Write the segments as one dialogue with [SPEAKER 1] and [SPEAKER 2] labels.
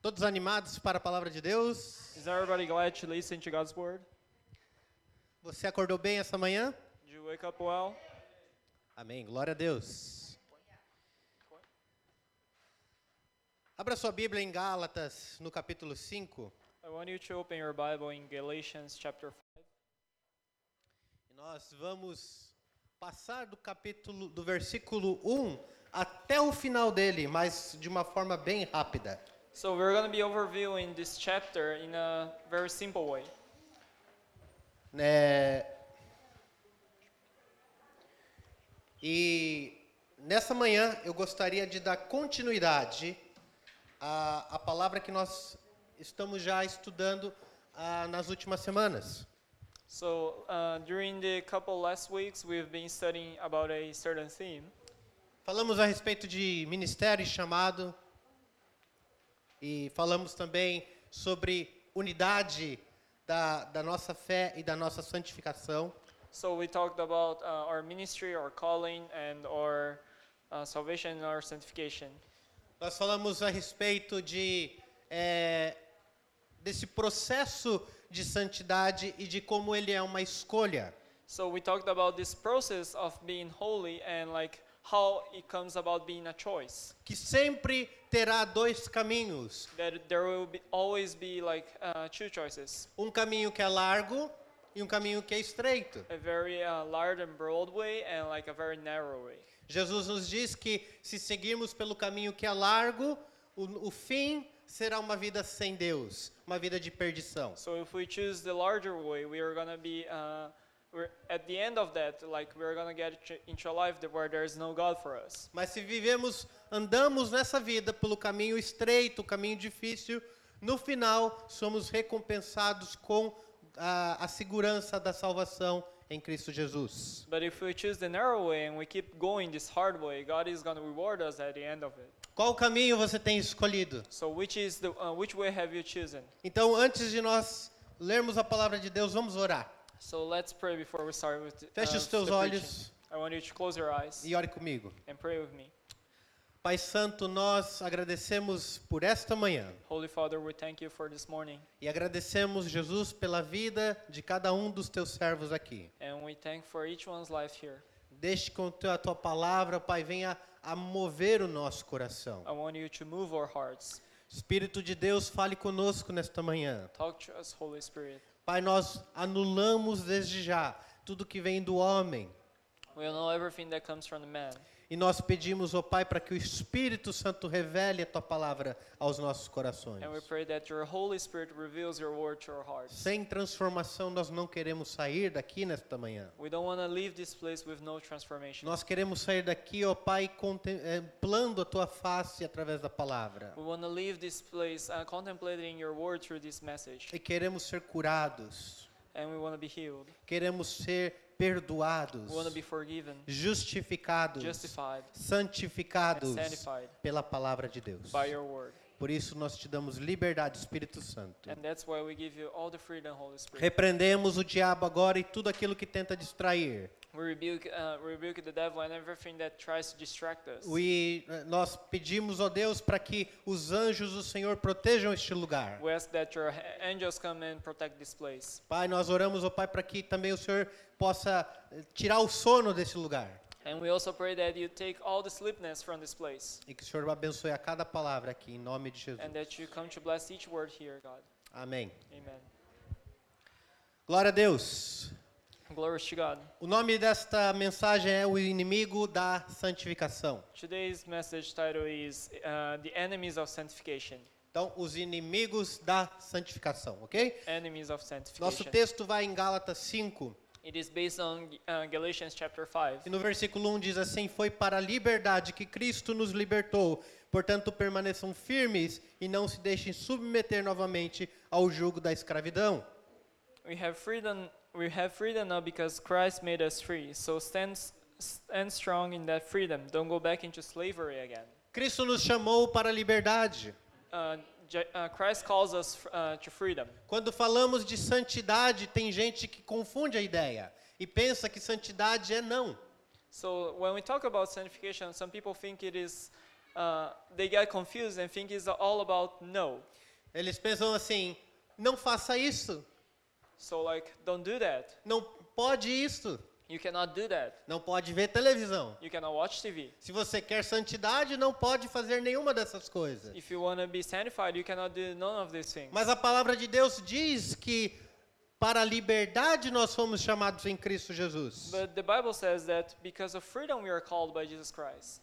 [SPEAKER 1] Todos animados para a palavra de Deus?
[SPEAKER 2] Is everybody glad to listen to God's word?
[SPEAKER 1] Você acordou bem essa manhã?
[SPEAKER 2] Did you wake up well?
[SPEAKER 1] Amém. Glória a Deus. Abra sua Bíblia em Gálatas, no capítulo 5.
[SPEAKER 2] I want you to open your Bible in Galatians chapter 5.
[SPEAKER 1] E nós vamos passar do capítulo do versículo 1 até o final dele, mas de uma forma bem rápida.
[SPEAKER 2] So we're going to be overviewing this chapter in a very simple way.
[SPEAKER 1] né? E nessa manhã eu gostaria de dar continuidade à, à palavra que nós estamos já estudando ah, nas últimas semanas.
[SPEAKER 2] So uh, during the couple last weeks, we've been studying about a certain theme.
[SPEAKER 1] Falamos a respeito de ministério e chamado, e falamos também sobre unidade da, da nossa fé e da nossa santificação.
[SPEAKER 2] So we talked about uh, our ministry, our calling, and our uh, salvation and our sanctification.
[SPEAKER 1] Nós falamos a respeito de eh, desse processo de santidade e de como ele é uma escolha.
[SPEAKER 2] So we talked about this process of being holy and like how it comes about being a choice.
[SPEAKER 1] Que sempre terá dois caminhos:
[SPEAKER 2] That there will be, always be like uh, two choices.
[SPEAKER 1] um caminho que é largo e um caminho que é estreito.
[SPEAKER 2] a very uh, large and broad way and like a very narrow way.
[SPEAKER 1] Jesus nos diz que se seguirmos pelo caminho que é largo, o, o fim será uma vida sem Deus, uma vida de perdição.
[SPEAKER 2] So if we choose the larger way, we are gonna be uh, we're at the end of that, like we're gonna get ch- into a life that where there is no God for us.
[SPEAKER 1] Mas se vivemos, andamos nessa vida pelo caminho estreito, o caminho difícil, no final somos recompensados com a, a segurança da salvação em Cristo Jesus.
[SPEAKER 2] But if we choose the narrow way and we keep going this hard way, God is gonna reward us at the end of it.
[SPEAKER 1] Qual caminho você tem escolhido?
[SPEAKER 2] So which is the uh, which way have you chosen?
[SPEAKER 1] Então, antes de nós lermos a palavra de Deus, vamos orar.
[SPEAKER 2] So let's pray before we start with. Uh,
[SPEAKER 1] Feche os teus
[SPEAKER 2] the preaching.
[SPEAKER 1] olhos
[SPEAKER 2] I want you to close your eyes
[SPEAKER 1] e ore comigo.
[SPEAKER 2] and pray with me.
[SPEAKER 1] Pai Santo, nós agradecemos por esta manhã
[SPEAKER 2] Holy Father, we thank you for this morning,
[SPEAKER 1] e agradecemos, Jesus, pela vida de cada um dos teus servos aqui.
[SPEAKER 2] and we thank for each one's life here.
[SPEAKER 1] Deixe com teu- a tua palavra, Pai, venha a mover o nosso coração.
[SPEAKER 2] I want you to move our hearts.
[SPEAKER 1] Espírito de Deus, fale conosco nesta manhã.
[SPEAKER 2] Talk to us, Holy Spirit.
[SPEAKER 1] Pai, nós anulamos desde já tudo que vem do homem.
[SPEAKER 2] We know everything that comes from the man.
[SPEAKER 1] E nós pedimos, ó Pai, para que o Espírito Santo revele a tua palavra aos nossos corações.
[SPEAKER 2] And we pray that your Holy Spirit reveals your word to our hearts.
[SPEAKER 1] Sem transformação, nós não queremos sair daqui nesta manhã.
[SPEAKER 2] We don't want to leave this place with no transformation.
[SPEAKER 1] Nós queremos sair daqui, ó Pai, contemplando a tua face através da palavra.
[SPEAKER 2] We want to leave this place uh, contemplating your word through this message.
[SPEAKER 1] E queremos ser curados.
[SPEAKER 2] And we want to be healed.
[SPEAKER 1] Queremos ser perdoados,
[SPEAKER 2] We want to be forgiven,
[SPEAKER 1] justificados,
[SPEAKER 2] justified,
[SPEAKER 1] santificados
[SPEAKER 2] and sanctified
[SPEAKER 1] pela palavra de Deus.
[SPEAKER 2] by your word.
[SPEAKER 1] Por isso nós te damos liberdade, Espírito Santo.
[SPEAKER 2] And that's why we give you all the freedom, Holy Spirit.
[SPEAKER 1] Repreendemos o diabo agora e tudo aquilo que tenta distrair.
[SPEAKER 2] We rebuke, uh, rebuke the devil and everything that tries to distract us.
[SPEAKER 1] E eh, nós pedimos, ó Deus, para que os anjos do Senhor protejam este lugar.
[SPEAKER 2] We ask that your angels come and protect this place.
[SPEAKER 1] Pai, nós oramos, ó Pai, para que também o Senhor possa eh, tirar o sono desse lugar.
[SPEAKER 2] And we also pray that you take all the sleepness from this place
[SPEAKER 1] E que o Senhor abençoe a cada palavra aqui, em nome de Jesus.
[SPEAKER 2] and that you come to bless each word here, God.
[SPEAKER 1] Amém.
[SPEAKER 2] Amen.
[SPEAKER 1] Glória a Deus.
[SPEAKER 2] Glory to God.
[SPEAKER 1] O nome desta mensagem é O Inimigo da Santificação.
[SPEAKER 2] Today's message title is uh, The Enemies of Sanctification.
[SPEAKER 1] Então, os inimigos da santificação, ok?
[SPEAKER 2] Enemies of
[SPEAKER 1] Nosso
[SPEAKER 2] Sanctification.
[SPEAKER 1] texto vai em Gálatas 5,
[SPEAKER 2] It is based on uh, Galatians chapter 5.
[SPEAKER 1] e no versículo 1 diz assim: Foi para a liberdade que Cristo nos libertou. Portanto, permaneçam firmes e não se deixem submeter novamente ao jugo da escravidão.
[SPEAKER 2] We have freedom. We have freedom now because Christ made us free. So stand, s- stand strong in that freedom. Don't go back into slavery again.
[SPEAKER 1] Cristo nos chamou para a liberdade.
[SPEAKER 2] Uh, J- uh, Christ calls us f- uh, to freedom.
[SPEAKER 1] Quando falamos de santidade, tem gente que confunde a ideia e pensa que santidade é não.
[SPEAKER 2] So when we talk about sanctification, some people think it is uh, they get confused and think it's all about no.
[SPEAKER 1] Eles pensam assim: não faça isso,
[SPEAKER 2] So like, don't do that.
[SPEAKER 1] não pode isso,
[SPEAKER 2] You cannot do that.
[SPEAKER 1] não pode ver televisão.
[SPEAKER 2] You cannot watch TV.
[SPEAKER 1] Se você quer santidade, não pode fazer nenhuma dessas coisas.
[SPEAKER 2] If you want to be sanctified, you cannot do none of these things.
[SPEAKER 1] Mas a palavra de Deus diz que para a liberdade nós fomos chamados em Cristo Jesus.
[SPEAKER 2] But the Bible says that because of freedom we are called by Jesus Christ.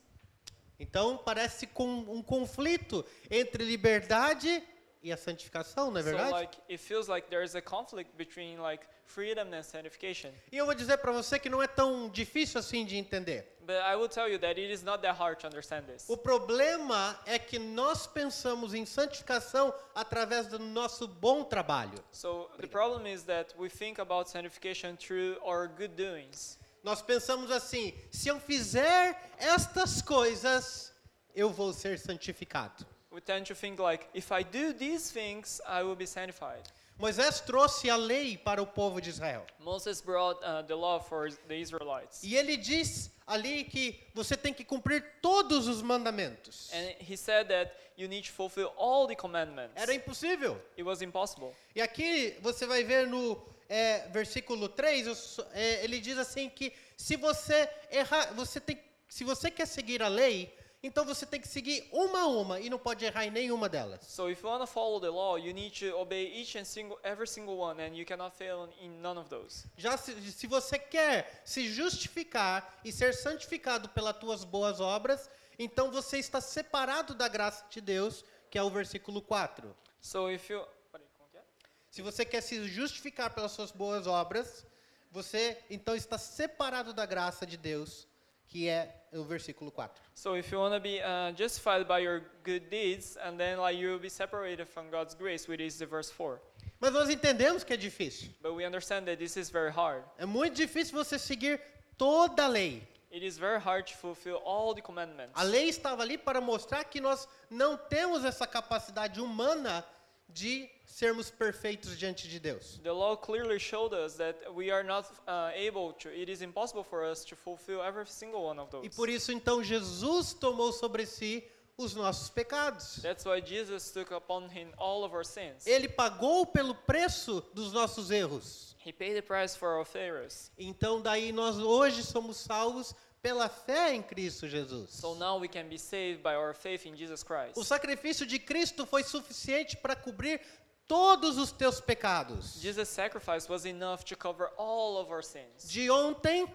[SPEAKER 1] Então parece com um conflito entre liberdade e a santificação, não é
[SPEAKER 2] So
[SPEAKER 1] verdade?
[SPEAKER 2] like it feels like there is a conflict between like freedom and sanctification.
[SPEAKER 1] E eu vou dizer para você que não é tão difícil assim de entender.
[SPEAKER 2] But I will tell you that it is not that hard to understand this.
[SPEAKER 1] O problema é que nós pensamos em santificação através do nosso bom trabalho.
[SPEAKER 2] So the problem is that we think about sanctification through our good doings.
[SPEAKER 1] Nós pensamos assim: se eu fizer estas coisas, eu vou ser santificado.
[SPEAKER 2] We tend to think like if I do these things, I will be sanctified.
[SPEAKER 1] Moisés trouxe a lei para o povo de Israel.
[SPEAKER 2] Moses brought uh, the law for the Israelites.
[SPEAKER 1] E ele diz ali que você tem que cumprir todos os mandamentos.
[SPEAKER 2] And he said that you need to fulfill all the commandments.
[SPEAKER 1] Era impossível.
[SPEAKER 2] It was impossible.
[SPEAKER 1] E aqui você vai ver no é, versículo 3, os- é, ele diz assim que se você errar, você tem, se você quer seguir a lei, então você tem que seguir uma a uma e não pode errar em nenhuma delas.
[SPEAKER 2] So if you want to follow the law, you need to obey each and single every single one and you cannot fail in none of those.
[SPEAKER 1] Já se, se você quer se justificar e ser santificado pelas tuas boas obras, então você está separado da graça de Deus, que é o versículo 4.
[SPEAKER 2] So if you Peraí, como que é?
[SPEAKER 1] Se você quer se justificar pelas suas boas obras, você então está separado da graça de Deus, que é o versículo 4.
[SPEAKER 2] So if you want to be uh, justified by your good deeds, and then like you will be separated from God's grace, which is the verse four.
[SPEAKER 1] Mas nós entendemos que é difícil.
[SPEAKER 2] But we understand that this is very hard.
[SPEAKER 1] É muito difícil você seguir toda a lei.
[SPEAKER 2] It is very hard to fulfill all the commandments.
[SPEAKER 1] A lei estava ali para mostrar que nós não temos essa capacidade humana de sermos perfeitos diante de Deus.
[SPEAKER 2] The law clearly showed us that we are not uh, able to. It is impossible for us to fulfill every single one of those.
[SPEAKER 1] E por isso então Jesus tomou sobre si os nossos pecados.
[SPEAKER 2] That's why Jesus took upon him all of our sins.
[SPEAKER 1] Ele pagou pelo preço dos nossos erros.
[SPEAKER 2] He paid the price for our failures.
[SPEAKER 1] Então daí nós hoje somos salvos pela fé em Cristo Jesus.
[SPEAKER 2] So now we can be saved by our faith in Jesus Christ.
[SPEAKER 1] O sacrifício de Cristo foi suficiente para cobrir todos os teus pecados.
[SPEAKER 2] Jesus' sacrifice was enough to cover all of our sins.
[SPEAKER 1] De ontem,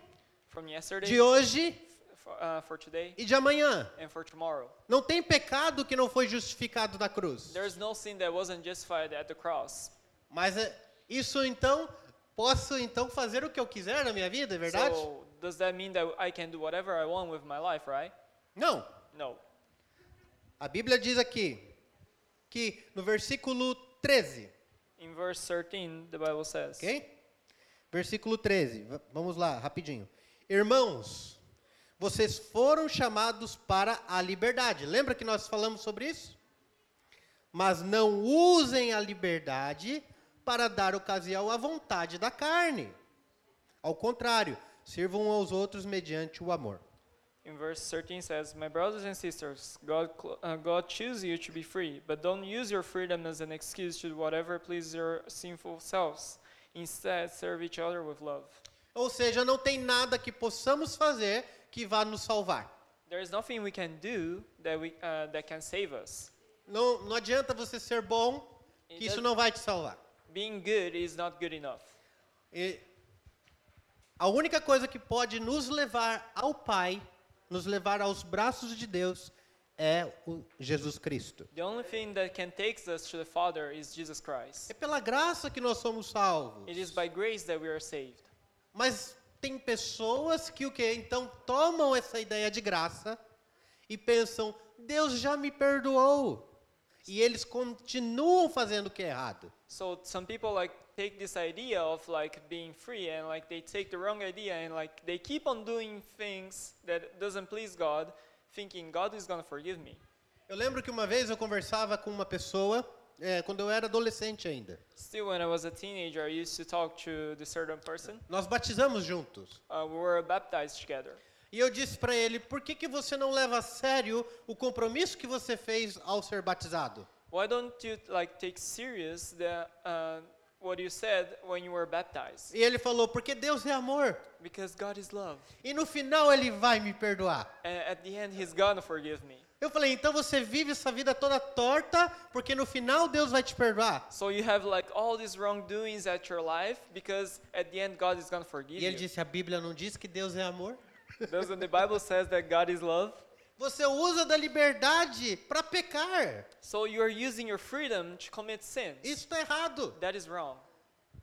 [SPEAKER 2] From yesterday
[SPEAKER 1] de hoje
[SPEAKER 2] for, uh, for today
[SPEAKER 1] e de amanhã.
[SPEAKER 2] and for tomorrow.
[SPEAKER 1] Não tem pecado que não foi justificado na cruz.
[SPEAKER 2] There is no sin that wasn't justified at the cross.
[SPEAKER 1] Mas é, isso então posso então fazer o que eu quiser na minha vida, é verdade?
[SPEAKER 2] So does that mean that I can do whatever I want with my life, right?
[SPEAKER 1] Não.
[SPEAKER 2] No.
[SPEAKER 1] A Bíblia diz aqui que no versículo 13
[SPEAKER 2] In verse 13, the Bible says,
[SPEAKER 1] Ok? Versículo 13. v- Vamos lá, rapidinho. Irmãos, vocês foram chamados para a liberdade. Lembra que nós falamos sobre isso? Mas não usem a liberdade para dar ocasião à vontade da carne. Ao contrário, sirvam aos outros mediante o amor.
[SPEAKER 2] in verse 13 says, My brothers and sisters, God, cl- uh, God chooses you to be free, but don't use your freedom as an excuse to do whatever pleases your sinful selves. Instead, serve each other with love.
[SPEAKER 1] Ou seja, não tem nada que possamos fazer que vá nos salvar.
[SPEAKER 2] There is nothing we can do that, we, uh, that can save us.
[SPEAKER 1] Não, não adianta você ser bom, que isso não vai te salvar.
[SPEAKER 2] Being good is not good enough.
[SPEAKER 1] E a única coisa que pode nos levar ao Pai, nos levar aos braços de Deus, é o Jesus Cristo.
[SPEAKER 2] The only thing that can take us to the Father is Jesus Christ.
[SPEAKER 1] É pela graça que nós somos salvos.
[SPEAKER 2] It is by grace that we are saved.
[SPEAKER 1] Mas tem pessoas que o que então tomam essa ideia de graça e pensam: Deus já me perdoou. E eles continuam fazendo o que é errado.
[SPEAKER 2] So some people like take this idea of like being free and like they take the wrong idea and like they keep on doing things that doesn't please God, thinking God is gonna forgive me.
[SPEAKER 1] Eu lembro que uma vez eu conversava com uma pessoa, eh, quando eu era adolescente ainda.
[SPEAKER 2] Still, when I was a teenager, I used to talk to this certain person.
[SPEAKER 1] Nós batizamos juntos.
[SPEAKER 2] Uh, we were baptized together,
[SPEAKER 1] E eu disse para ele: por que, que você não leva a sério o compromisso que você fez ao ser batizado?
[SPEAKER 2] Why don't you like take serious the uh, what you said when you were baptized?
[SPEAKER 1] E ele falou: porque Deus é amor.
[SPEAKER 2] Because God is love,
[SPEAKER 1] E no final ele vai me perdoar.
[SPEAKER 2] and at the end He's gonna forgive me.
[SPEAKER 1] Eu falei: então você vive essa vida toda torta, porque no final Deus vai te perdoar.
[SPEAKER 2] So you have like all these wrongdoings at your life because at the end God is gonna forgive
[SPEAKER 1] E ele
[SPEAKER 2] you.
[SPEAKER 1] disse: a Bíblia não diz que Deus é amor?
[SPEAKER 2] Doesn't the Bible says that God is love?
[SPEAKER 1] Você usa da liberdade para pecar.
[SPEAKER 2] So you are using your freedom to commit sins.
[SPEAKER 1] Isso está errado.
[SPEAKER 2] that is wrong.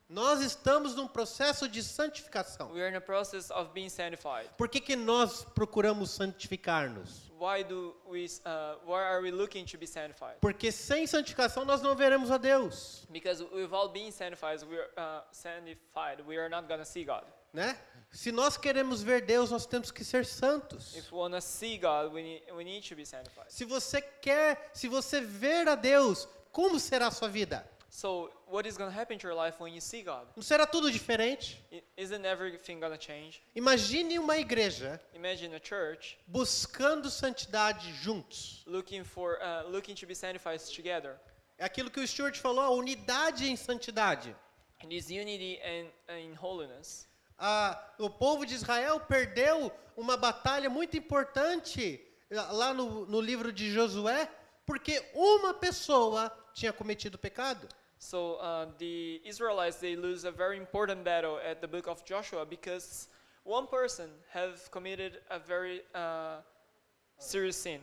[SPEAKER 1] Nós estamos num processo de santificação.
[SPEAKER 2] We are in a process of being sanctified.
[SPEAKER 1] Por que, que nós procuramos santificar-nos?
[SPEAKER 2] Why do we? Uh, why are we looking to be sanctified?
[SPEAKER 1] Porque sem santificação nós não veremos a Deus,
[SPEAKER 2] Because without being sanctified, we are uh, sanctified. We are not gonna see God.
[SPEAKER 1] né? Se nós queremos ver Deus, nós temos que ser santos.
[SPEAKER 2] If we wanna see God, we need, we need to be sanctified.
[SPEAKER 1] Se você quer, se você ver a Deus, como será a sua vida?
[SPEAKER 2] So what is gonna happen to your life when you see God?
[SPEAKER 1] Não será tudo diferente?
[SPEAKER 2] I- Isn't everything gonna change?
[SPEAKER 1] Imagine uma igreja
[SPEAKER 2] Imagine a church
[SPEAKER 1] buscando santidade juntos.
[SPEAKER 2] looking for uh, looking to be sanctified together.
[SPEAKER 1] É aquilo que o Stuart falou, a unidade em santidade.
[SPEAKER 2] It is unity and, and in holiness.
[SPEAKER 1] Ah, o povo de Israel perdeu uma batalha muito importante ah, lá no, no livro de Josué, porque uma pessoa tinha cometido pecado.
[SPEAKER 2] So uh, the Israelites they lose a very important battle at the book of Joshua because one person have committed a very uh, serious sin.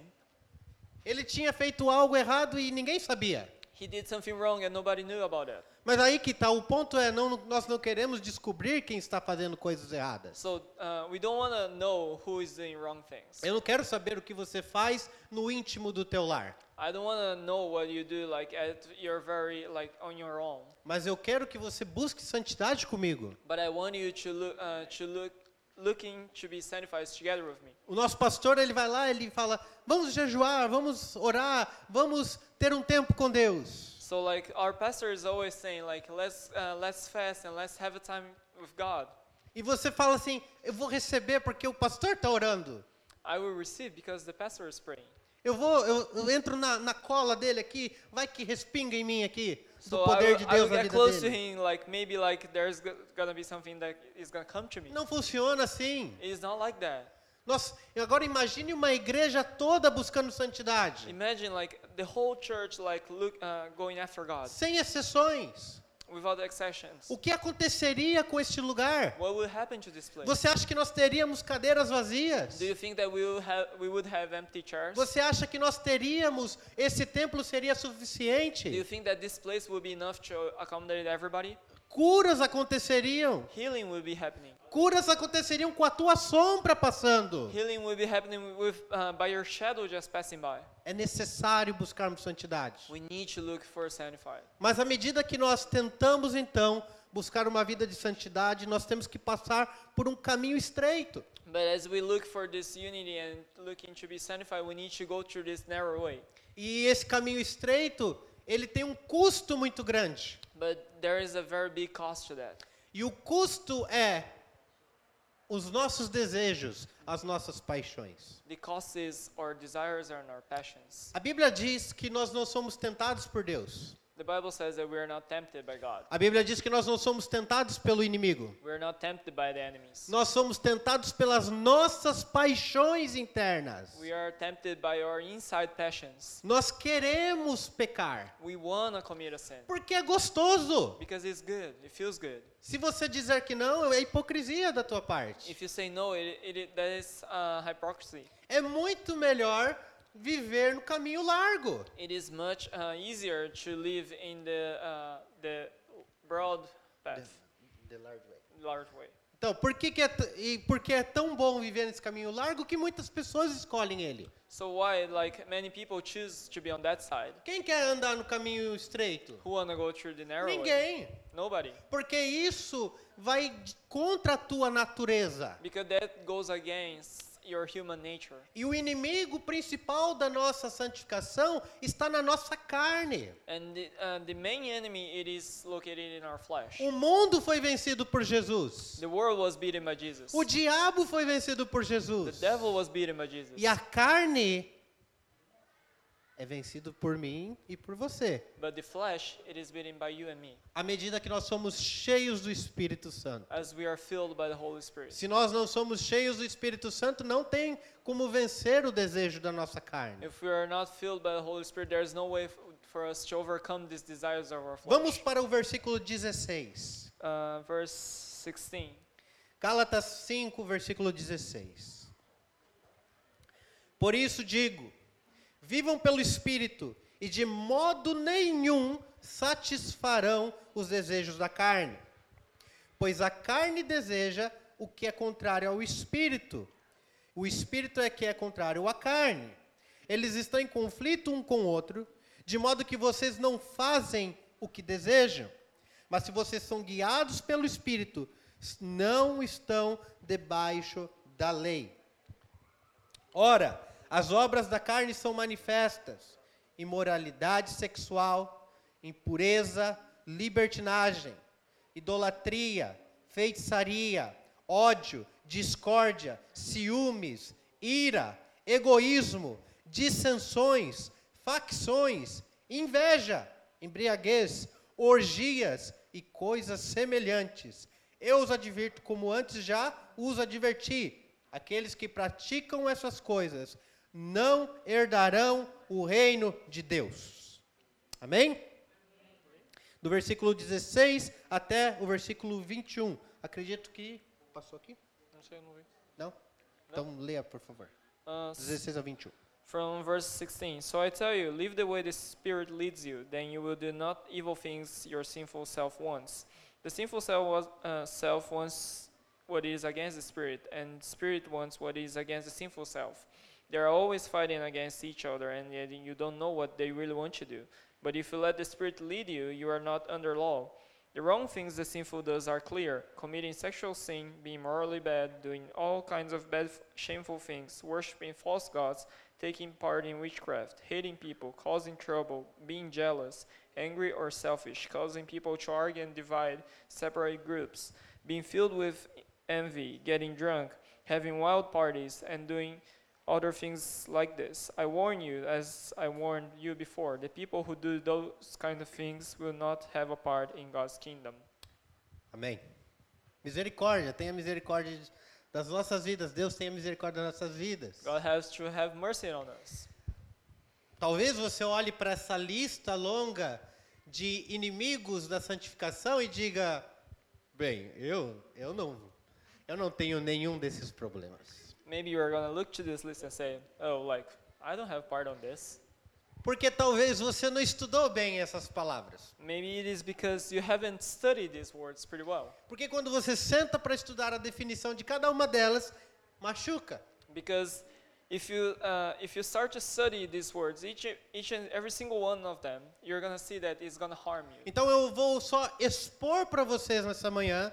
[SPEAKER 1] Ele tinha feito algo errado e ninguém sabia.
[SPEAKER 2] He did something wrong and nobody knew about it.
[SPEAKER 1] Mas aí que tá, o ponto é, não, nós não queremos descobrir quem está fazendo coisas erradas.
[SPEAKER 2] So uh, we don't want to know who is doing wrong things.
[SPEAKER 1] Eu não quero saber o que você faz no íntimo do teu lar,
[SPEAKER 2] I don't want to know what you do like at your very like on your own.
[SPEAKER 1] mas eu quero que você busque santidade comigo.
[SPEAKER 2] But I want you to look uh, to look looking to be sanctified together with me.
[SPEAKER 1] O nosso pastor, ele vai lá, ele fala: "Vamos jejuar, vamos orar, vamos ter um tempo com Deus".
[SPEAKER 2] So like our pastor is always saying like let's uh, let's fast and let's have a time with God.
[SPEAKER 1] E você fala assim: "Eu vou receber porque o pastor está orando".
[SPEAKER 2] I will receive because the pastor is praying.
[SPEAKER 1] Eu vou, eu, eu entro na, na cola dele aqui, vai que respinga em mim aqui
[SPEAKER 2] So
[SPEAKER 1] do
[SPEAKER 2] I
[SPEAKER 1] poder
[SPEAKER 2] will,
[SPEAKER 1] de
[SPEAKER 2] I will
[SPEAKER 1] Deus na
[SPEAKER 2] get
[SPEAKER 1] vida
[SPEAKER 2] é close to
[SPEAKER 1] dele.
[SPEAKER 2] him, like maybe like there's go- gonna be something that is gonna come to me.
[SPEAKER 1] Não funciona assim.
[SPEAKER 2] It's not like that.
[SPEAKER 1] Nossa, e agora imagine uma igreja toda buscando santidade,
[SPEAKER 2] Imagine like the whole church like look uh, going after God
[SPEAKER 1] sem exceções.
[SPEAKER 2] without exceptions.
[SPEAKER 1] O que aconteceria com este lugar?
[SPEAKER 2] What will happen to this place?
[SPEAKER 1] Você acha que nós teríamos cadeiras vazias?
[SPEAKER 2] Do you think that we will have we would have empty chairs?
[SPEAKER 1] Você acha que nós teríamos esse templo seria
[SPEAKER 2] Do you
[SPEAKER 1] suficiente?
[SPEAKER 2] think that this place will be enough to accommodate everybody?
[SPEAKER 1] Curas aconteceriam.
[SPEAKER 2] Healing will be happening.
[SPEAKER 1] Curas aconteceriam com a tua sombra passando.
[SPEAKER 2] Healing will be happening with uh, by your shadow just passing by.
[SPEAKER 1] É necessário buscarmos santidade.
[SPEAKER 2] We need to look for sanctified.
[SPEAKER 1] Mas à medida que nós tentamos então buscar uma vida de santidade, nós temos que passar por um caminho estreito.
[SPEAKER 2] But as we look for this unity and looking to be sanctified, we need to go through this narrow way.
[SPEAKER 1] E esse caminho estreito, ele tem um custo muito grande.
[SPEAKER 2] But there is a very big cost to that.
[SPEAKER 1] E o custo é os nossos desejos, as nossas paixões.
[SPEAKER 2] The cost is our desires and our passions.
[SPEAKER 1] A Bíblia diz que nós não somos tentados por Deus.
[SPEAKER 2] The Bible says that we are not tempted by God.
[SPEAKER 1] A Bíblia diz que nós não somos tentados pelo inimigo.
[SPEAKER 2] We are not tempted by the enemies.
[SPEAKER 1] Nós somos tentados pelas nossas paixões internas.
[SPEAKER 2] We are tempted by our inside passions.
[SPEAKER 1] Nós queremos pecar,
[SPEAKER 2] We wanna commit a sin
[SPEAKER 1] porque é gostoso.
[SPEAKER 2] because it's good. It feels good.
[SPEAKER 1] Se você dizer que não, é hipocrisia da tua parte.
[SPEAKER 2] If you say no, it, it, it- that is uh, hypocrisy.
[SPEAKER 1] É muito melhor viver no caminho largo.
[SPEAKER 2] It is much uh, easier to live in the uh, the broad path, large way.
[SPEAKER 1] Então, por que, que é t- e por que é tão bom viver nesse caminho largo que muitas pessoas escolhem ele?
[SPEAKER 2] So why, like many people choose to be on that side?
[SPEAKER 1] Quem quer andar no caminho estreito?
[SPEAKER 2] Who wanna go through the narrow way?
[SPEAKER 1] Ninguém.
[SPEAKER 2] Nobody,
[SPEAKER 1] Porque isso vai de- contra a tua natureza.
[SPEAKER 2] because that goes against your human nature.
[SPEAKER 1] E o inimigo principal da nossa santificação está na nossa carne.
[SPEAKER 2] And the, uh, the main enemy, it is located in our flesh.
[SPEAKER 1] O mundo foi vencido por Jesus.
[SPEAKER 2] The world was beaten by Jesus.
[SPEAKER 1] O diabo foi vencido por
[SPEAKER 2] The
[SPEAKER 1] Jesus.
[SPEAKER 2] devil was beaten by Jesus.
[SPEAKER 1] E a carne é vencido por mim e por você.
[SPEAKER 2] But the flesh, it is beaten by you and me.
[SPEAKER 1] À medida que nós somos cheios do Espírito Santo.
[SPEAKER 2] As we are filled by the Holy Spirit.
[SPEAKER 1] Se nós não somos cheios do Espírito Santo, não tem como vencer o desejo da nossa carne.
[SPEAKER 2] If we are not filled by the Holy Spirit, there is no way f- for us to overcome these desires of our flesh.
[SPEAKER 1] Vamos para o versículo 16.
[SPEAKER 2] Uh, verse 16.
[SPEAKER 1] Gálatas 5, versículo 16. Por isso digo: vivam pelo Espírito, e de modo nenhum satisfarão os desejos da carne. Pois a carne deseja o que é contrário ao Espírito. O Espírito é que é contrário à carne. Eles estão em conflito um com o outro, de modo que vocês não fazem o que desejam. Mas se vocês são guiados pelo Espírito, s- não estão debaixo da lei. Ora, as obras da carne são manifestas: imoralidade sexual, impureza, libertinagem, idolatria, feitiçaria, ódio, discórdia, ciúmes, ira, egoísmo, dissensões, facções, inveja, embriaguez, orgias e coisas semelhantes. Eu os advirto, como antes já os adverti. Aqueles que praticam essas coisas não herdarão o reino de Deus. Amém? Do versículo 16 até o versículo 21. Acredito que. Passou aqui? Não? Então leia, por favor.
[SPEAKER 2] Uh, s-
[SPEAKER 1] 16 a 21.
[SPEAKER 2] From verse 16. So I tell you, live the way the Spirit leads you, then you will do not evil things your sinful self wants. The sinful self, was, uh, self wants what is against the Spirit, and Spirit wants what is against the sinful self. They are always fighting against each other, and yet you don't know what they really want to do. But if you let the Spirit lead you, you are not under law. The wrong things the sinful does are clear committing sexual sin, being morally bad, doing all kinds of bad, f- shameful things, worshipping false gods, taking part in witchcraft, hating people, causing trouble, being jealous, angry or selfish, causing people to argue and divide, separate groups, being filled with envy, getting drunk, having wild parties, and doing other things like this. I warn you, as I warned you before, the people who do those kind of things will not have a part in God's kingdom.
[SPEAKER 1] Amém. Misericórdia, tenha misericórdia de- das nossas vidas. Deus tenha misericórdia das nossas vidas.
[SPEAKER 2] God has to have mercy on us.
[SPEAKER 1] Talvez você olhe para essa lista longa de inimigos da santificação e diga: bem, eu, eu não eu não tenho nenhum desses problemas.
[SPEAKER 2] Maybe you're gonna look to this list and say, "Oh, like I don't have part on this."
[SPEAKER 1] Porque talvez você não estudou bem essas palavras.
[SPEAKER 2] Maybe it is because you haven't studied these words pretty well.
[SPEAKER 1] Porque quando você senta para estudar a definição de cada uma delas, machuca.
[SPEAKER 2] Because if you uh, if you start to study these words, each each and every single one of them, you're gonna see that it's gonna harm you.
[SPEAKER 1] Então eu vou só expor para vocês nessa manhã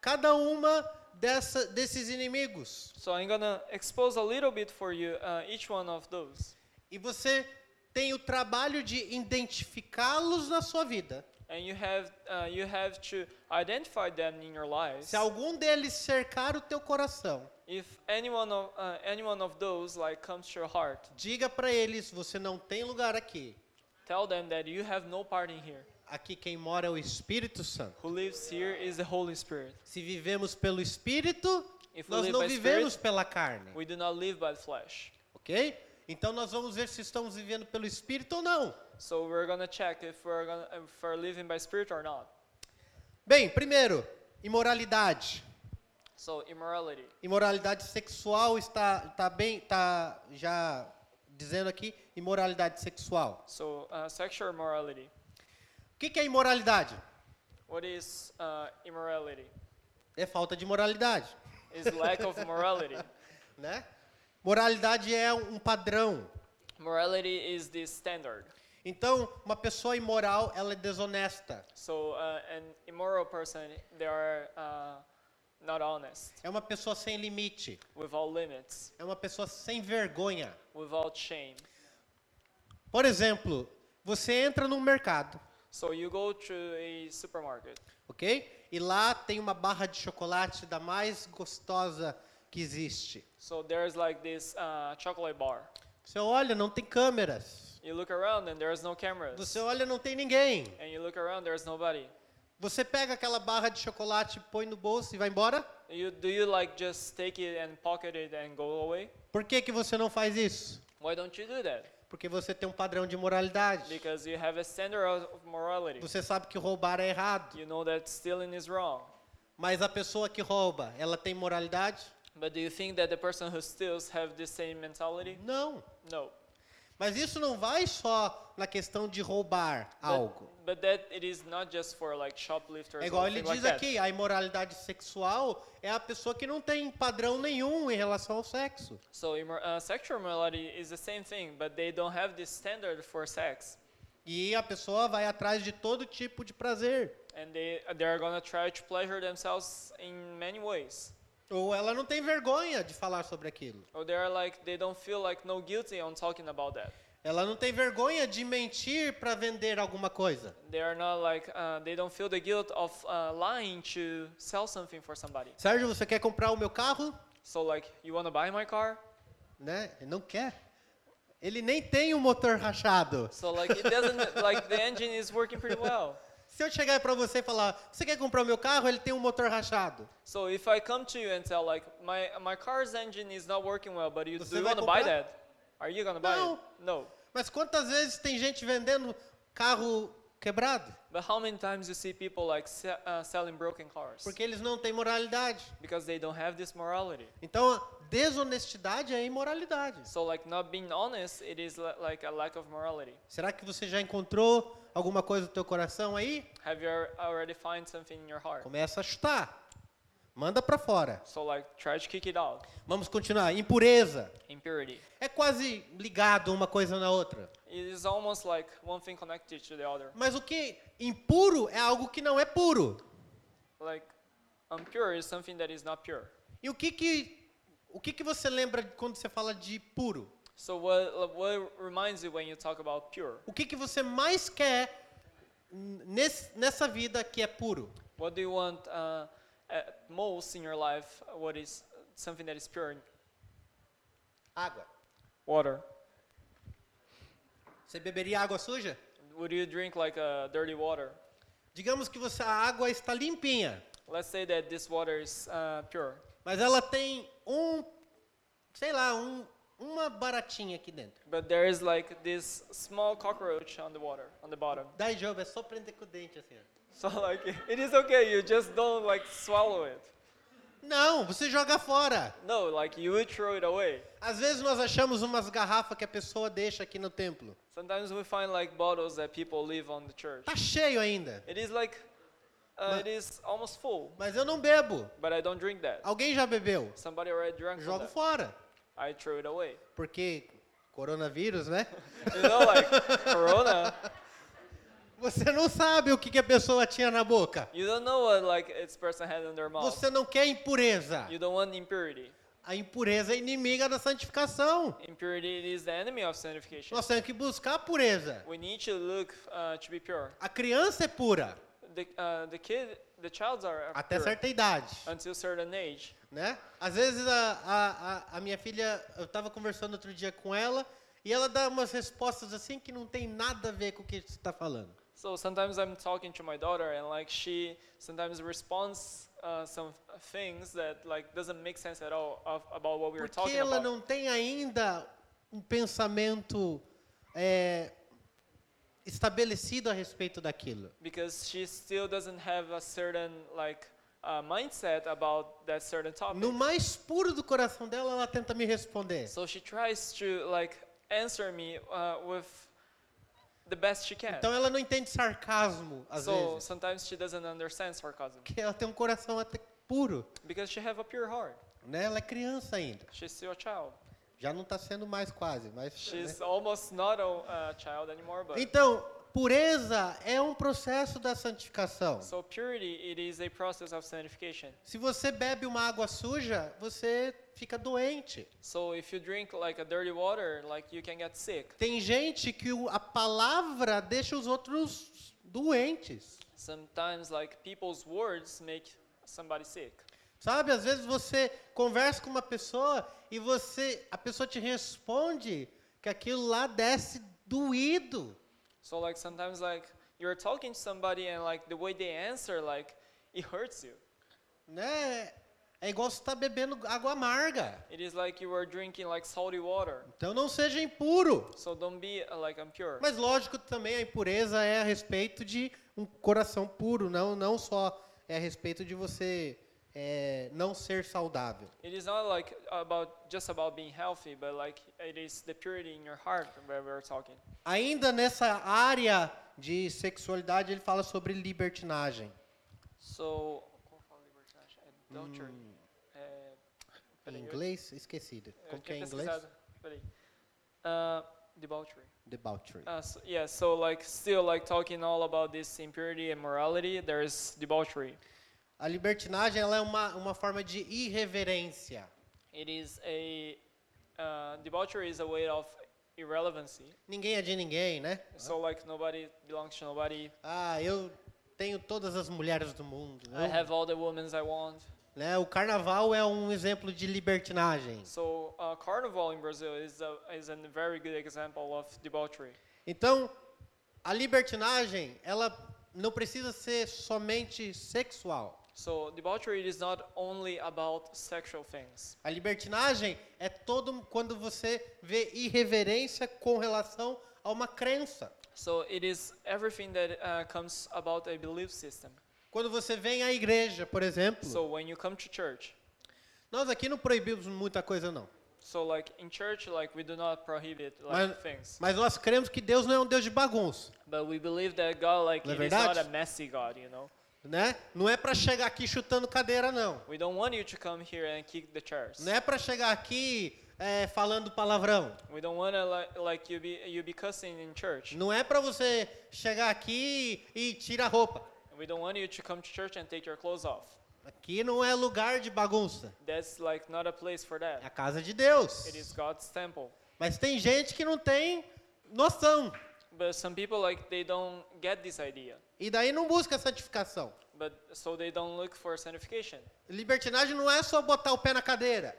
[SPEAKER 1] cada uma dessa, desses inimigos.
[SPEAKER 2] So I'm gonna expose a little bit for you uh, each one of those,
[SPEAKER 1] E você tem o trabalho de identificá-los na sua vida.
[SPEAKER 2] and you have uh, you have to identify them in your lives.
[SPEAKER 1] Se algum deles cercar o teu coração,
[SPEAKER 2] If any one of uh, any one of those like comes to your heart,
[SPEAKER 1] diga para eles: você não tem lugar aqui.
[SPEAKER 2] tell them that you have no part in here.
[SPEAKER 1] Aqui quem mora é o Espírito Santo.
[SPEAKER 2] Who lives here is the Holy Spirit.
[SPEAKER 1] Se vivemos pelo Espírito,
[SPEAKER 2] If we
[SPEAKER 1] nós
[SPEAKER 2] live
[SPEAKER 1] não
[SPEAKER 2] by
[SPEAKER 1] vivemos
[SPEAKER 2] Spirit,
[SPEAKER 1] pela carne,
[SPEAKER 2] We do not live by the flesh.
[SPEAKER 1] ok? Então nós vamos ver se estamos vivendo pelo Espírito ou não.
[SPEAKER 2] So we're gonna check if we're gonna if we're living by spirit or not.
[SPEAKER 1] Bem, primeiro, imoralidade.
[SPEAKER 2] So immorality.
[SPEAKER 1] Imoralidade sexual está, tá bem, tá já dizendo aqui imoralidade sexual.
[SPEAKER 2] So uh, sexual immorality.
[SPEAKER 1] O que, que é imoralidade?
[SPEAKER 2] What is uh, immorality?
[SPEAKER 1] É falta de moralidade,
[SPEAKER 2] Is lack of morality.
[SPEAKER 1] né? Moralidade é um padrão.
[SPEAKER 2] Morality is the standard.
[SPEAKER 1] Então, uma pessoa imoral, ela é desonesta.
[SPEAKER 2] So uh, an immoral person, they are uh, not honest,
[SPEAKER 1] É uma pessoa sem limite.
[SPEAKER 2] without limits,
[SPEAKER 1] É uma pessoa sem vergonha.
[SPEAKER 2] without shame.
[SPEAKER 1] Por exemplo, você entra num mercado,
[SPEAKER 2] So you go to a supermarket
[SPEAKER 1] ok? E lá tem uma barra de chocolate da mais gostosa que existe.
[SPEAKER 2] So there's like this uh, chocolate bar.
[SPEAKER 1] Você olha, não tem câmeras.
[SPEAKER 2] You look around and there's no cameras.
[SPEAKER 1] Você olha, não tem ninguém.
[SPEAKER 2] And you look around, there's nobody.
[SPEAKER 1] Você pega aquela barra de chocolate, põe no bolso e vai embora?
[SPEAKER 2] You do you like just take it and pocket it and go away?
[SPEAKER 1] Por que, que você não faz isso?
[SPEAKER 2] Why don't you do that?
[SPEAKER 1] Porque você tem um padrão de moralidade.
[SPEAKER 2] Because you have a standard of of morality.
[SPEAKER 1] Você sabe que roubar é errado.
[SPEAKER 2] You know that stealing is wrong.
[SPEAKER 1] Mas a pessoa que rouba, ela tem moralidade?
[SPEAKER 2] But do you think that the person who steals have the same mentality?
[SPEAKER 1] Não.
[SPEAKER 2] No.
[SPEAKER 1] Mas isso não vai só na questão de roubar algo.
[SPEAKER 2] But, but that it is not just for like shoplifters
[SPEAKER 1] É
[SPEAKER 2] or
[SPEAKER 1] igual ele
[SPEAKER 2] things like
[SPEAKER 1] diz
[SPEAKER 2] that.
[SPEAKER 1] aqui, a imoralidade sexual é a pessoa que não tem padrão nenhum em relação ao sexo.
[SPEAKER 2] So immor- uh, sexual morality is the same thing, but they don't have this standard for sex.
[SPEAKER 1] E a pessoa vai atrás de todo tipo de prazer.
[SPEAKER 2] and they they are gonna try to pleasure themselves in many ways.
[SPEAKER 1] Ou ela não tem vergonha de falar sobre aquilo.
[SPEAKER 2] Or they are like they don't feel like no guilty on talking about that.
[SPEAKER 1] Ela não tem vergonha de mentir para vender alguma coisa.
[SPEAKER 2] They are not like uh, they don't feel the guilt of uh, lying to sell something for somebody.
[SPEAKER 1] Sérgio, você quer comprar o meu carro?
[SPEAKER 2] So like you wanna buy my car?
[SPEAKER 1] Né? Ele não quer. Ele nem tem o motor rachado.
[SPEAKER 2] So like it doesn't like the engine is working pretty well.
[SPEAKER 1] Se eu chegar para você e falar, você quer comprar o meu carro? Ele tem um motor rachado.
[SPEAKER 2] So if I come to you and tell like my my car's engine is not working well, but you
[SPEAKER 1] Você
[SPEAKER 2] do you
[SPEAKER 1] vai
[SPEAKER 2] wanna buy
[SPEAKER 1] comprar?
[SPEAKER 2] that? Are you gonna buy
[SPEAKER 1] Não.
[SPEAKER 2] it? No.
[SPEAKER 1] Mas quantas vezes tem gente vendendo carro quebrado?
[SPEAKER 2] But how many times you see people like se- uh, selling broken cars?
[SPEAKER 1] Porque eles não têm moralidade.
[SPEAKER 2] Because they don't have this morality.
[SPEAKER 1] Então, a desonestidade é imoralidade.
[SPEAKER 2] So like not being honest, it is li- like a lack of morality.
[SPEAKER 1] Será que você já encontrou alguma coisa no teu coração aí?
[SPEAKER 2] Have you al- already find something in your heart?
[SPEAKER 1] Começa a chutar. Manda para fora.
[SPEAKER 2] So like try to kick it out.
[SPEAKER 1] Vamos continuar. Impureza.
[SPEAKER 2] Impurity.
[SPEAKER 1] É quase ligado uma coisa na outra.
[SPEAKER 2] It is almost like one thing connected to the other.
[SPEAKER 1] Mas o que impuro é algo que não é puro.
[SPEAKER 2] Like impure is something that is not pure.
[SPEAKER 1] E o que que o que que você lembra quando você fala de puro?
[SPEAKER 2] So what what reminds you when you talk about pure?
[SPEAKER 1] O que que você mais quer n- nesse, nessa vida que é puro?
[SPEAKER 2] What do you want uh, at most in your life? What is something that is pure?
[SPEAKER 1] Água.
[SPEAKER 2] Water.
[SPEAKER 1] Você beberia água suja?
[SPEAKER 2] Would you drink like a dirty water?
[SPEAKER 1] Digamos que você, a água está limpinha,
[SPEAKER 2] Let's say that this water is uh, pure.
[SPEAKER 1] mas ela tem um, sei lá, um, uma baratinha aqui dentro.
[SPEAKER 2] But there is like this small cockroach on the water, on the bottom.
[SPEAKER 1] Daí, Job, é só prender com o dente assim. ó.
[SPEAKER 2] So like it is okay, you just don't like swallow it.
[SPEAKER 1] Não, você joga fora.
[SPEAKER 2] No, like you would throw it away.
[SPEAKER 1] Às vezes nós achamos umas garrafas que a pessoa deixa aqui no templo.
[SPEAKER 2] Sometimes we find like bottles that people leave on the church.
[SPEAKER 1] Tá cheio ainda,
[SPEAKER 2] It is like uh,
[SPEAKER 1] Ma-
[SPEAKER 2] it is almost full,
[SPEAKER 1] mas eu não bebo.
[SPEAKER 2] but I don't drink that.
[SPEAKER 1] Alguém já bebeu?
[SPEAKER 2] Somebody already drank from
[SPEAKER 1] Jogo
[SPEAKER 2] that.
[SPEAKER 1] fora.
[SPEAKER 2] I threw it away.
[SPEAKER 1] Porque coronavírus, né?
[SPEAKER 2] You know, like Corona.
[SPEAKER 1] Você não sabe o que, que a pessoa tinha na boca.
[SPEAKER 2] You don't know what like its person had in their mouth.
[SPEAKER 1] Você não quer impureza.
[SPEAKER 2] You don't want impurity.
[SPEAKER 1] A impureza é inimiga da santificação.
[SPEAKER 2] Impurity is the enemy of sanctification.
[SPEAKER 1] Nós temos que buscar a pureza.
[SPEAKER 2] We need to look uh, to be pure.
[SPEAKER 1] A criança é pura
[SPEAKER 2] The, uh, the kid, the childs are are
[SPEAKER 1] até
[SPEAKER 2] pure
[SPEAKER 1] certa idade,
[SPEAKER 2] until certain age.
[SPEAKER 1] né? Às vezes a, a, a- a minha filha, eu estava conversando outro dia com ela e ela dá umas respostas assim que não tem nada a ver com o que você está falando.
[SPEAKER 2] So sometimes I'm talking to my daughter and like she sometimes responds uh, some things that like doesn't make sense at all of, about what we were
[SPEAKER 1] Porque
[SPEAKER 2] talking
[SPEAKER 1] ela
[SPEAKER 2] about.
[SPEAKER 1] não tem ainda um pensamento é, estabelecido a respeito daquilo.
[SPEAKER 2] Because she still doesn't have a certain like uh, mindset about that certain topic.
[SPEAKER 1] No mais puro do coração dela, ela tenta me responder.
[SPEAKER 2] So she tries to like answer me uh, with the best she can.
[SPEAKER 1] Então ela não entende sarcasmo, às
[SPEAKER 2] So
[SPEAKER 1] vezes.
[SPEAKER 2] sometimes she doesn't understand sarcasm
[SPEAKER 1] Porque ela tem um coração até puro.
[SPEAKER 2] because she have a pure heart.
[SPEAKER 1] Né? Ela é criança ainda.
[SPEAKER 2] She's still a child.
[SPEAKER 1] Já não está sendo mais quase, mas. né?
[SPEAKER 2] She's almost not a uh, child anymore, but
[SPEAKER 1] Então, pureza é um processo da santificação.
[SPEAKER 2] So purity, it is a process of sanctification.
[SPEAKER 1] Se você bebe uma água suja, você fica doente.
[SPEAKER 2] So if you drink like a dirty water, like you can get sick.
[SPEAKER 1] Tem gente que o- a palavra deixa os outros doentes.
[SPEAKER 2] Sometimes like people's words make somebody sick.
[SPEAKER 1] Sabe, às vezes você conversa com uma pessoa e você, a pessoa te responde que aquilo lá desce doído.
[SPEAKER 2] So like sometimes like you're talking to somebody and like the way they answer like it hurts you.
[SPEAKER 1] né? É igual você está bebendo água amarga.
[SPEAKER 2] It is like you are drinking like salty water.
[SPEAKER 1] Então não seja impuro.
[SPEAKER 2] So don't be uh, like impure.
[SPEAKER 1] Mas lógico também a impureza é a respeito de um coração puro, não, não só é a respeito de você é, não ser saudável.
[SPEAKER 2] It is not like about just about being healthy, but like it is the purity in your heart where we're talking.
[SPEAKER 1] Ainda nessa área de sexualidade, ele fala sobre libertinagem.
[SPEAKER 2] So uh, adultery. É,
[SPEAKER 1] Em
[SPEAKER 2] peraí, eu-
[SPEAKER 1] inglês, esquecido.
[SPEAKER 2] eu
[SPEAKER 1] Como que é
[SPEAKER 2] tinha
[SPEAKER 1] em inglês?
[SPEAKER 2] pesquisado. Peraí. Ah, debauchery.
[SPEAKER 1] Debauchery.
[SPEAKER 2] Uh, so, yeah, so like still like talking all about this impurity and morality, there is debauchery.
[SPEAKER 1] A libertinagem ela é uma, uma forma de irreverência.
[SPEAKER 2] It is a uh, debauchery is a way of irrelevancy.
[SPEAKER 1] Ninguém é de ninguém, né?
[SPEAKER 2] So like nobody belongs to nobody.
[SPEAKER 1] Ah, eu tenho todas as mulheres do mundo.
[SPEAKER 2] I
[SPEAKER 1] Eu-
[SPEAKER 2] have all the women I want.
[SPEAKER 1] né, o carnaval é um exemplo de libertinagem.
[SPEAKER 2] So uh, carnival in Brazil is a is a very good example of debauchery.
[SPEAKER 1] Então, a libertinagem, ela não precisa ser somente sexual.
[SPEAKER 2] So debauchery is not only about sexual things.
[SPEAKER 1] A libertinagem é todo quando você vê irreverência com relação a uma crença.
[SPEAKER 2] So it is everything that uh, comes about a belief system.
[SPEAKER 1] Quando você vem à igreja, por exemplo,
[SPEAKER 2] So when you come to church,
[SPEAKER 1] nós aqui não proibimos muita coisa não.
[SPEAKER 2] So like in church, like we do not prohibit like
[SPEAKER 1] Mas-
[SPEAKER 2] things,
[SPEAKER 1] Mas nós cremos que Deus não é um Deus de bagunça,
[SPEAKER 2] but we believe that God like
[SPEAKER 1] Na
[SPEAKER 2] it is not
[SPEAKER 1] verdade-
[SPEAKER 2] a messy God, you know.
[SPEAKER 1] né? Não é para chegar aqui chutando cadeira não.
[SPEAKER 2] We don't want you to come here and kick the chairs.
[SPEAKER 1] Não é para chegar aqui é, falando palavrão.
[SPEAKER 2] We don't want to like, like you be you be cussing in church.
[SPEAKER 1] Não é para você chegar aqui e tirar a roupa.
[SPEAKER 2] We don't want you to come to church and take your clothes off.
[SPEAKER 1] Aqui não é lugar de bagunça.
[SPEAKER 2] That's like not a place for
[SPEAKER 1] É
[SPEAKER 2] that.
[SPEAKER 1] a casa de Deus.
[SPEAKER 2] It is God's temple.
[SPEAKER 1] Mas tem gente que não tem noção
[SPEAKER 2] But some people like they don't get this idea,
[SPEAKER 1] e daí não busca santificação.
[SPEAKER 2] but so they don't look for sanctification.
[SPEAKER 1] Libertinagem não é só botar o pé na cadeira.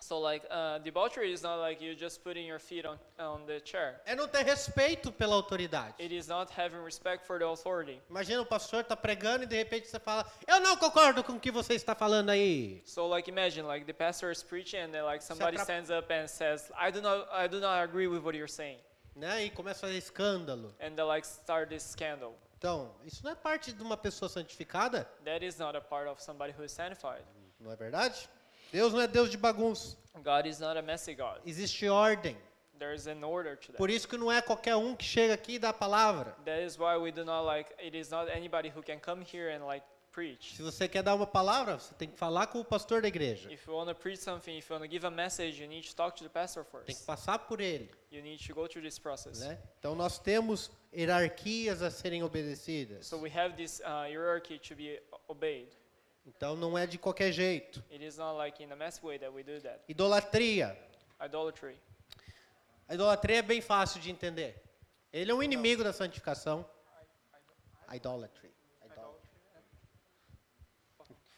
[SPEAKER 2] So like uh, debauchery is not like you just putting your feet on on the chair.
[SPEAKER 1] É não ter respeito pela
[SPEAKER 2] It
[SPEAKER 1] autoridade.
[SPEAKER 2] is not having respect for the authority.
[SPEAKER 1] Imagina o pastor tá pregando e de repente você fala: "Eu não concordo com o que você está falando aí".
[SPEAKER 2] So like imagine like the pastor is preaching and then like somebody
[SPEAKER 1] atrap-
[SPEAKER 2] stands up and says, I do not I do not agree with what you're saying
[SPEAKER 1] Né? E começa a fazer escândalo.
[SPEAKER 2] and they like start this scandal.
[SPEAKER 1] Então, isso não é parte de uma pessoa santificada,
[SPEAKER 2] That is not a part of somebody who is sanctified.
[SPEAKER 1] não é verdade? Deus não é Deus de bagunça.
[SPEAKER 2] God is not a messy God.
[SPEAKER 1] Existe ordem.
[SPEAKER 2] There is an order to that.
[SPEAKER 1] Por isso que não é qualquer um que chega aqui e dá a palavra.
[SPEAKER 2] That is why we do not like it is not anybody who can come here and like preach.
[SPEAKER 1] Se você quer dar uma palavra, você tem que falar com o pastor da igreja.
[SPEAKER 2] If you want to preach something, if you want to give a message, you need to talk to the pastor
[SPEAKER 1] Tem que
[SPEAKER 2] first.
[SPEAKER 1] passar por ele,
[SPEAKER 2] You need to go through this process.
[SPEAKER 1] né? Então nós temos hierarquias a serem obedecidas.
[SPEAKER 2] So we have this uh, hierarchy to be obeyed.
[SPEAKER 1] Então não é de qualquer jeito.
[SPEAKER 2] It is not like in a messy way that we do that.
[SPEAKER 1] Idolatria.
[SPEAKER 2] Idolatry.
[SPEAKER 1] A idolatria é bem fácil de entender. Ele é um inimigo da santificação. Idolatry. Idolatry.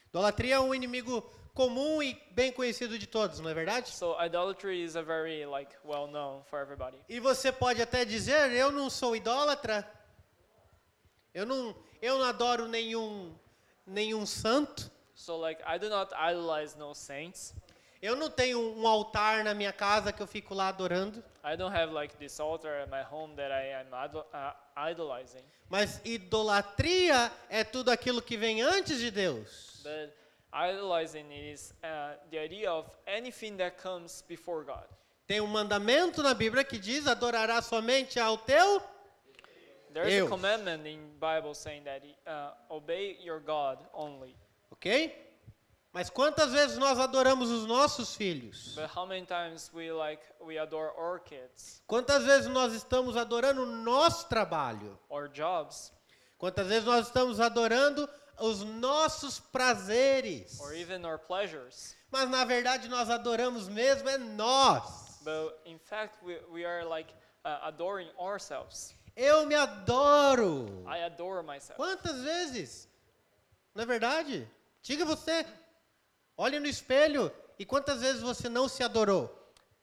[SPEAKER 1] Idolatria é um inimigo comum e bem conhecido de todos, não é verdade?
[SPEAKER 2] So idolatry is a very like well known for everybody.
[SPEAKER 1] E você pode até dizer, eu não sou idólatra. Eu não, eu não adoro nenhum, nenhum santo.
[SPEAKER 2] So like I do not idolize no saints.
[SPEAKER 1] Eu não tenho um altar na minha casa que eu fico lá adorando.
[SPEAKER 2] I don't have like this altar at my home that I am idol- uh, idolizing.
[SPEAKER 1] Mas idolatria é tudo aquilo que vem antes de Deus.
[SPEAKER 2] But idolizing is uh, the idea of anything that comes before God.
[SPEAKER 1] Tem um mandamento na Bíblia que diz: adorará somente ao teu.
[SPEAKER 2] There is
[SPEAKER 1] Deus.
[SPEAKER 2] a commandment in Bible saying that uh, obey your God only.
[SPEAKER 1] Ok? Mas quantas vezes nós adoramos os nossos filhos?
[SPEAKER 2] But how many times we like we adore our kids,
[SPEAKER 1] Quantas vezes nós estamos adorando o nosso trabalho?
[SPEAKER 2] our jobs,
[SPEAKER 1] Quantas vezes nós estamos adorando os nossos prazeres?
[SPEAKER 2] or even our pleasures?
[SPEAKER 1] Mas na verdade nós adoramos mesmo é nós.
[SPEAKER 2] But in fact, we, we are like uh, adoring ourselves.
[SPEAKER 1] Eu me adoro.
[SPEAKER 2] I adore myself.
[SPEAKER 1] Quantas vezes? Não é verdade? Diga você. Olhe no espelho e quantas vezes você não se adorou?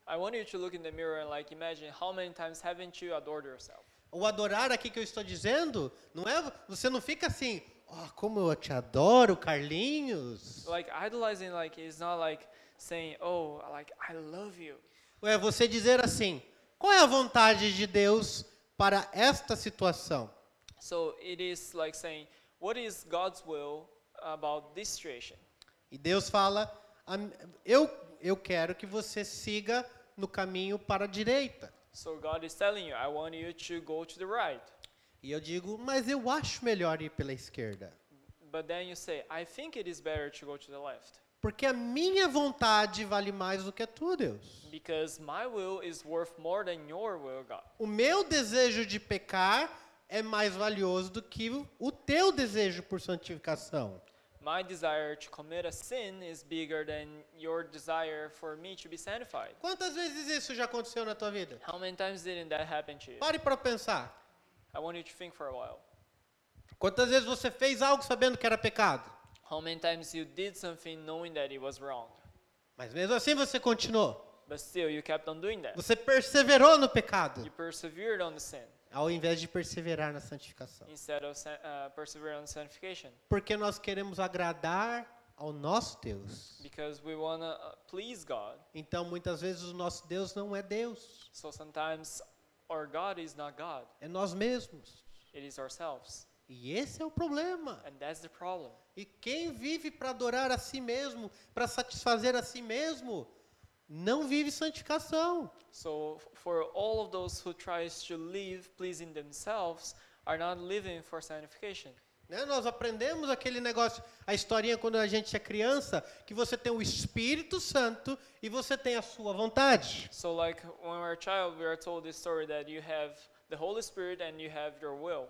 [SPEAKER 2] I want you to look in the mirror and like imagine how many times haven't you adored yourself?
[SPEAKER 1] O adorar aqui que eu estou dizendo, não é, você não fica assim, ó, como eu te adoro, Carlinhos.
[SPEAKER 2] Like idolizing, like it's not like saying, "Oh, like I love you."
[SPEAKER 1] Ou é você dizer assim, qual é a vontade de Deus para esta situação?
[SPEAKER 2] So it is like saying, "What is God's will about this situation?"
[SPEAKER 1] E Deus fala, "Am- eu, eu quero que você siga no caminho para a direita.
[SPEAKER 2] So God is telling you, "I want you to go to the right,"
[SPEAKER 1] E eu digo, mas eu acho melhor ir pela esquerda.
[SPEAKER 2] but then you say, "I think it is better to go to the left."
[SPEAKER 1] Porque a minha vontade vale mais do que a tua, Deus.
[SPEAKER 2] Because my will is worth more than your will, God.
[SPEAKER 1] O meu desejo de pecar é mais valioso do que o- o teu desejo por santificação.
[SPEAKER 2] My desire to commit a sin is bigger than your desire for me to be sanctified.
[SPEAKER 1] Quantas vezes isso já aconteceu na tua vida?
[SPEAKER 2] How many times didn't that happen to you?
[SPEAKER 1] Pare para pensar.
[SPEAKER 2] I want you to think for a while.
[SPEAKER 1] Quantas vezes você fez algo sabendo que era pecado,
[SPEAKER 2] How many times you did something knowing that it was wrong,
[SPEAKER 1] mas mesmo assim você continuou.
[SPEAKER 2] but still you kept on doing that?
[SPEAKER 1] Você perseverou no
[SPEAKER 2] You
[SPEAKER 1] pecado,
[SPEAKER 2] persevered on the sin
[SPEAKER 1] ao invés de perseverar na santificação.
[SPEAKER 2] instead of san- uh, persevering on sanctification
[SPEAKER 1] Porque nós queremos agradar ao nosso Deus.
[SPEAKER 2] because we want to uh, please God.
[SPEAKER 1] Então muitas vezes o nosso Deus não é Deus,
[SPEAKER 2] So sometimes our God is not God,
[SPEAKER 1] é nós mesmos.
[SPEAKER 2] it is ourselves.
[SPEAKER 1] E esse é o problema.
[SPEAKER 2] And that's the problem.
[SPEAKER 1] E quem vive para adorar a si mesmo, para satisfazer a si mesmo, não vive santificação.
[SPEAKER 2] So f- for all of those who tries to live pleasing themselves are not living for sanctification.
[SPEAKER 1] Né? Nós aprendemos aquele negócio, a historinha quando a gente é criança, que você tem o Espírito Santo e você tem a sua vontade.
[SPEAKER 2] So like when we're a child, we are told this story that you have the Holy Spirit and you have your will.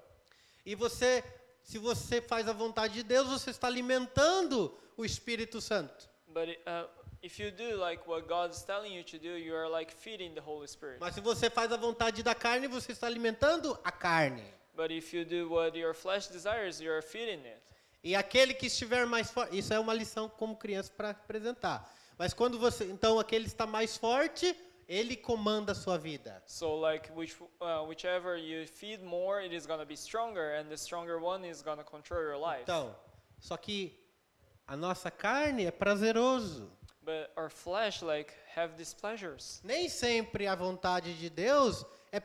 [SPEAKER 1] E você, se você faz a vontade de Deus, você está alimentando o Espírito Santo.
[SPEAKER 2] But i- uh, if you do like what God is telling you to do, you are like feeding the Holy Spirit.
[SPEAKER 1] Mas se você faz a vontade da carne, você está alimentando a carne.
[SPEAKER 2] But if you do what your flesh desires, you are feeding it.
[SPEAKER 1] E aquele que estiver mais forte, isso é uma lição como criança para apresentar. Mas quando você, então aquele está mais forte, ele comanda a sua vida.
[SPEAKER 2] So like which uh, whichever you feed more, it is gonna be stronger, and the stronger one is gonna control your life.
[SPEAKER 1] Então, só que a nossa carne é prazeroso.
[SPEAKER 2] But our flesh like have these pleasures.
[SPEAKER 1] Nem sempre a vontade de Deus é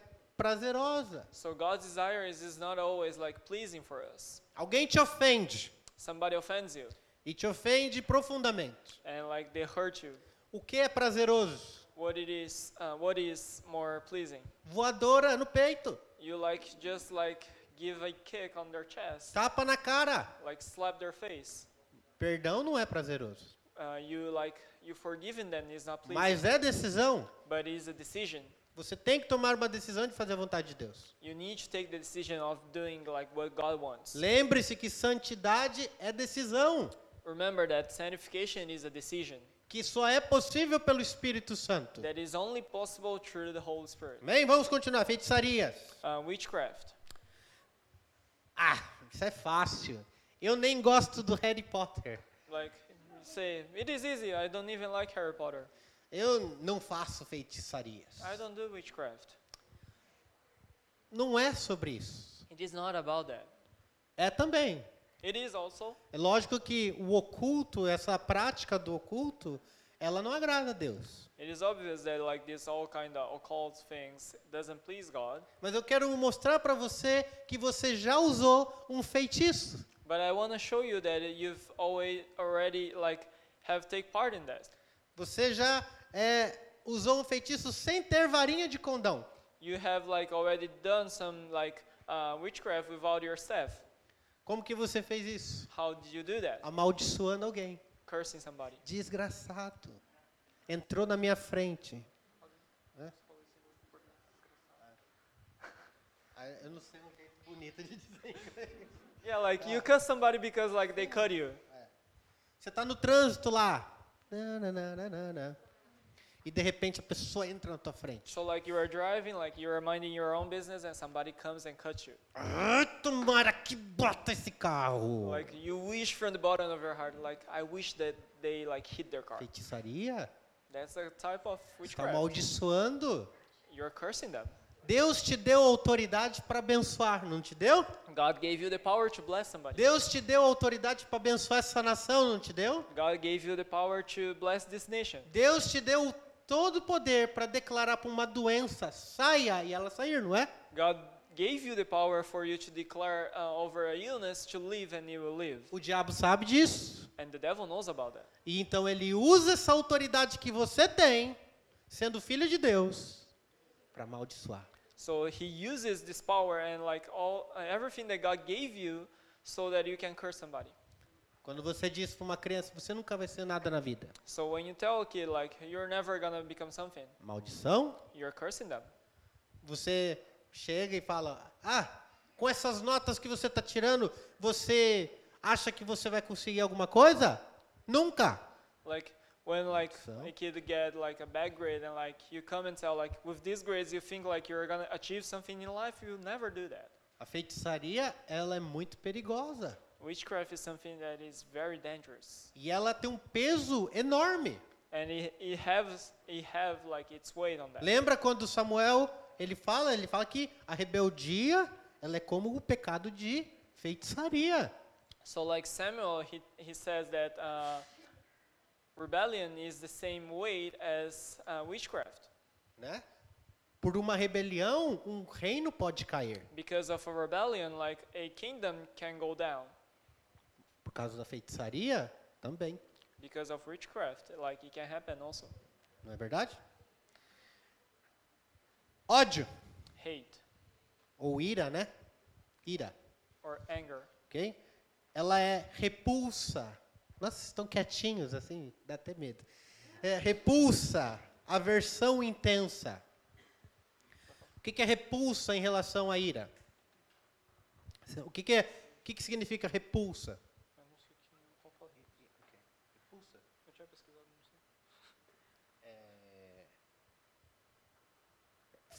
[SPEAKER 1] prazerosa.
[SPEAKER 2] So God's desire is, is not always like pleasing for us.
[SPEAKER 1] Alguém te ofende
[SPEAKER 2] Somebody offends you,
[SPEAKER 1] e te ofende profundamente.
[SPEAKER 2] and like they hurt you.
[SPEAKER 1] O que é prazeroso?
[SPEAKER 2] What it is, uh, what is more pleasing?
[SPEAKER 1] Voadora no peito,
[SPEAKER 2] You like just like give a kick on their chest,
[SPEAKER 1] tapa na cara.
[SPEAKER 2] like slap their face.
[SPEAKER 1] Perdão não é prazeroso,
[SPEAKER 2] Uh, you like you forgiving them is not pleasing,
[SPEAKER 1] mas é decisão.
[SPEAKER 2] but it's a decision.
[SPEAKER 1] Você tem que tomar uma decisão de fazer a vontade de Deus.
[SPEAKER 2] You need to take the decision of doing like what God wants.
[SPEAKER 1] Lembre-se que santidade é decisão,
[SPEAKER 2] Remember that sanctification is a decision
[SPEAKER 1] que só é possível pelo Espírito Santo.
[SPEAKER 2] that is only possible through the Holy Spirit.
[SPEAKER 1] Amém? Vamos continuar. Feitiçarias.
[SPEAKER 2] Uh, witchcraft.
[SPEAKER 1] Ah, isso é fácil. Eu nem gosto do Harry Potter.
[SPEAKER 2] Like say it is easy. I don't even like Harry Potter.
[SPEAKER 1] Eu não faço feitiçarias.
[SPEAKER 2] I don't do witchcraft.
[SPEAKER 1] Não é sobre isso.
[SPEAKER 2] It is not about that.
[SPEAKER 1] É também.
[SPEAKER 2] It is also.
[SPEAKER 1] É lógico que o oculto, essa prática do oculto, ela não agrada a Deus.
[SPEAKER 2] It is obvious that like this all kind of occult things doesn't please God.
[SPEAKER 1] Mas eu quero mostrar para você que você já usou um feitiço.
[SPEAKER 2] But I want to show you that you've always already like have take part in that.
[SPEAKER 1] Você já é, usou um feitiço sem ter varinha de condão.
[SPEAKER 2] You have like already done some like uh, witchcraft without your staff.
[SPEAKER 1] Como que você fez isso?
[SPEAKER 2] How did you do that?
[SPEAKER 1] Amaldiçoando alguém.
[SPEAKER 2] cursing somebody.
[SPEAKER 1] Desgraçado. Entrou na minha frente. Né? Ah, Eu não sei um jeito bonito de dizer inglês.
[SPEAKER 2] Yeah, like you cuss somebody because like they cut you.
[SPEAKER 1] Você está no trânsito lá. Na, na, na, na, na, na. E de repente a pessoa entra na tua frente.
[SPEAKER 2] So like you are driving, like you are minding your own business, and somebody comes and cuts you.
[SPEAKER 1] Ah, tomara que bota esse carro.
[SPEAKER 2] Like you wish from the bottom of your heart, like I wish that they like hit their car.
[SPEAKER 1] Feitiçaria?
[SPEAKER 2] That's a type of
[SPEAKER 1] Está
[SPEAKER 2] witchcraft.
[SPEAKER 1] amaldiçoando?
[SPEAKER 2] You're cursing them.
[SPEAKER 1] Deus te deu autoridade para abençoar, não te deu?
[SPEAKER 2] God gave you the power to bless somebody.
[SPEAKER 1] Deus te deu autoridade para abençoar essa nação, não te deu?
[SPEAKER 2] God gave you the power to bless this nation.
[SPEAKER 1] Deus te deu todo o poder para declarar para uma doença saia e ela sair, não é?
[SPEAKER 2] God gave you the power for you to declare uh, over a illness to live and you will live.
[SPEAKER 1] O diabo sabe disso.
[SPEAKER 2] And the devil knows about that.
[SPEAKER 1] E então ele usa essa autoridade que você tem, sendo filho de Deus, para amaldiçoar.
[SPEAKER 2] So he uses this power and like all uh, everything that God gave you so that you can curse somebody.
[SPEAKER 1] Quando você diz para uma criança, você nunca vai ser nada na vida.
[SPEAKER 2] So when you tell a kid like you're never gonna become something,
[SPEAKER 1] Maldição?
[SPEAKER 2] you're cursing them.
[SPEAKER 1] Você chega e fala: Ah, com essas notas que você está tirando, você acha que você vai conseguir alguma coisa? Nunca.
[SPEAKER 2] Like when like
[SPEAKER 1] So?
[SPEAKER 2] a kid get like a bad grade and like you come and tell like with these grades you think like you're gonna achieve something in life, you'll never do that.
[SPEAKER 1] A feitiçaria, ela é muito perigosa.
[SPEAKER 2] Witchcraft is something that is very dangerous.
[SPEAKER 1] E ela tem um peso enorme.
[SPEAKER 2] and it, it has it have like its weight on that.
[SPEAKER 1] Lembra quando Samuel, ele fala, ele fala que a rebeldia, ela é como o pecado de feitiçaria.
[SPEAKER 2] So like Samuel, he he says that uh, rebellion is the same weight as uh, witchcraft.
[SPEAKER 1] Né? Por uma rebelião, um reino pode cair.
[SPEAKER 2] Because of a rebellion, like a kingdom can go down.
[SPEAKER 1] Por causa da feitiçaria, também.
[SPEAKER 2] Because of witchcraft, like it can happen also.
[SPEAKER 1] Não é verdade? Ódio
[SPEAKER 2] Hate
[SPEAKER 1] ou ira, né? Ira,
[SPEAKER 2] or anger.
[SPEAKER 1] ok? Ela é repulsa. Nossa, vocês estão quietinhos assim, dá até medo. É, repulsa, aversão intensa. O que que é repulsa em relação à ira? O que que é? O que que significa repulsa? É,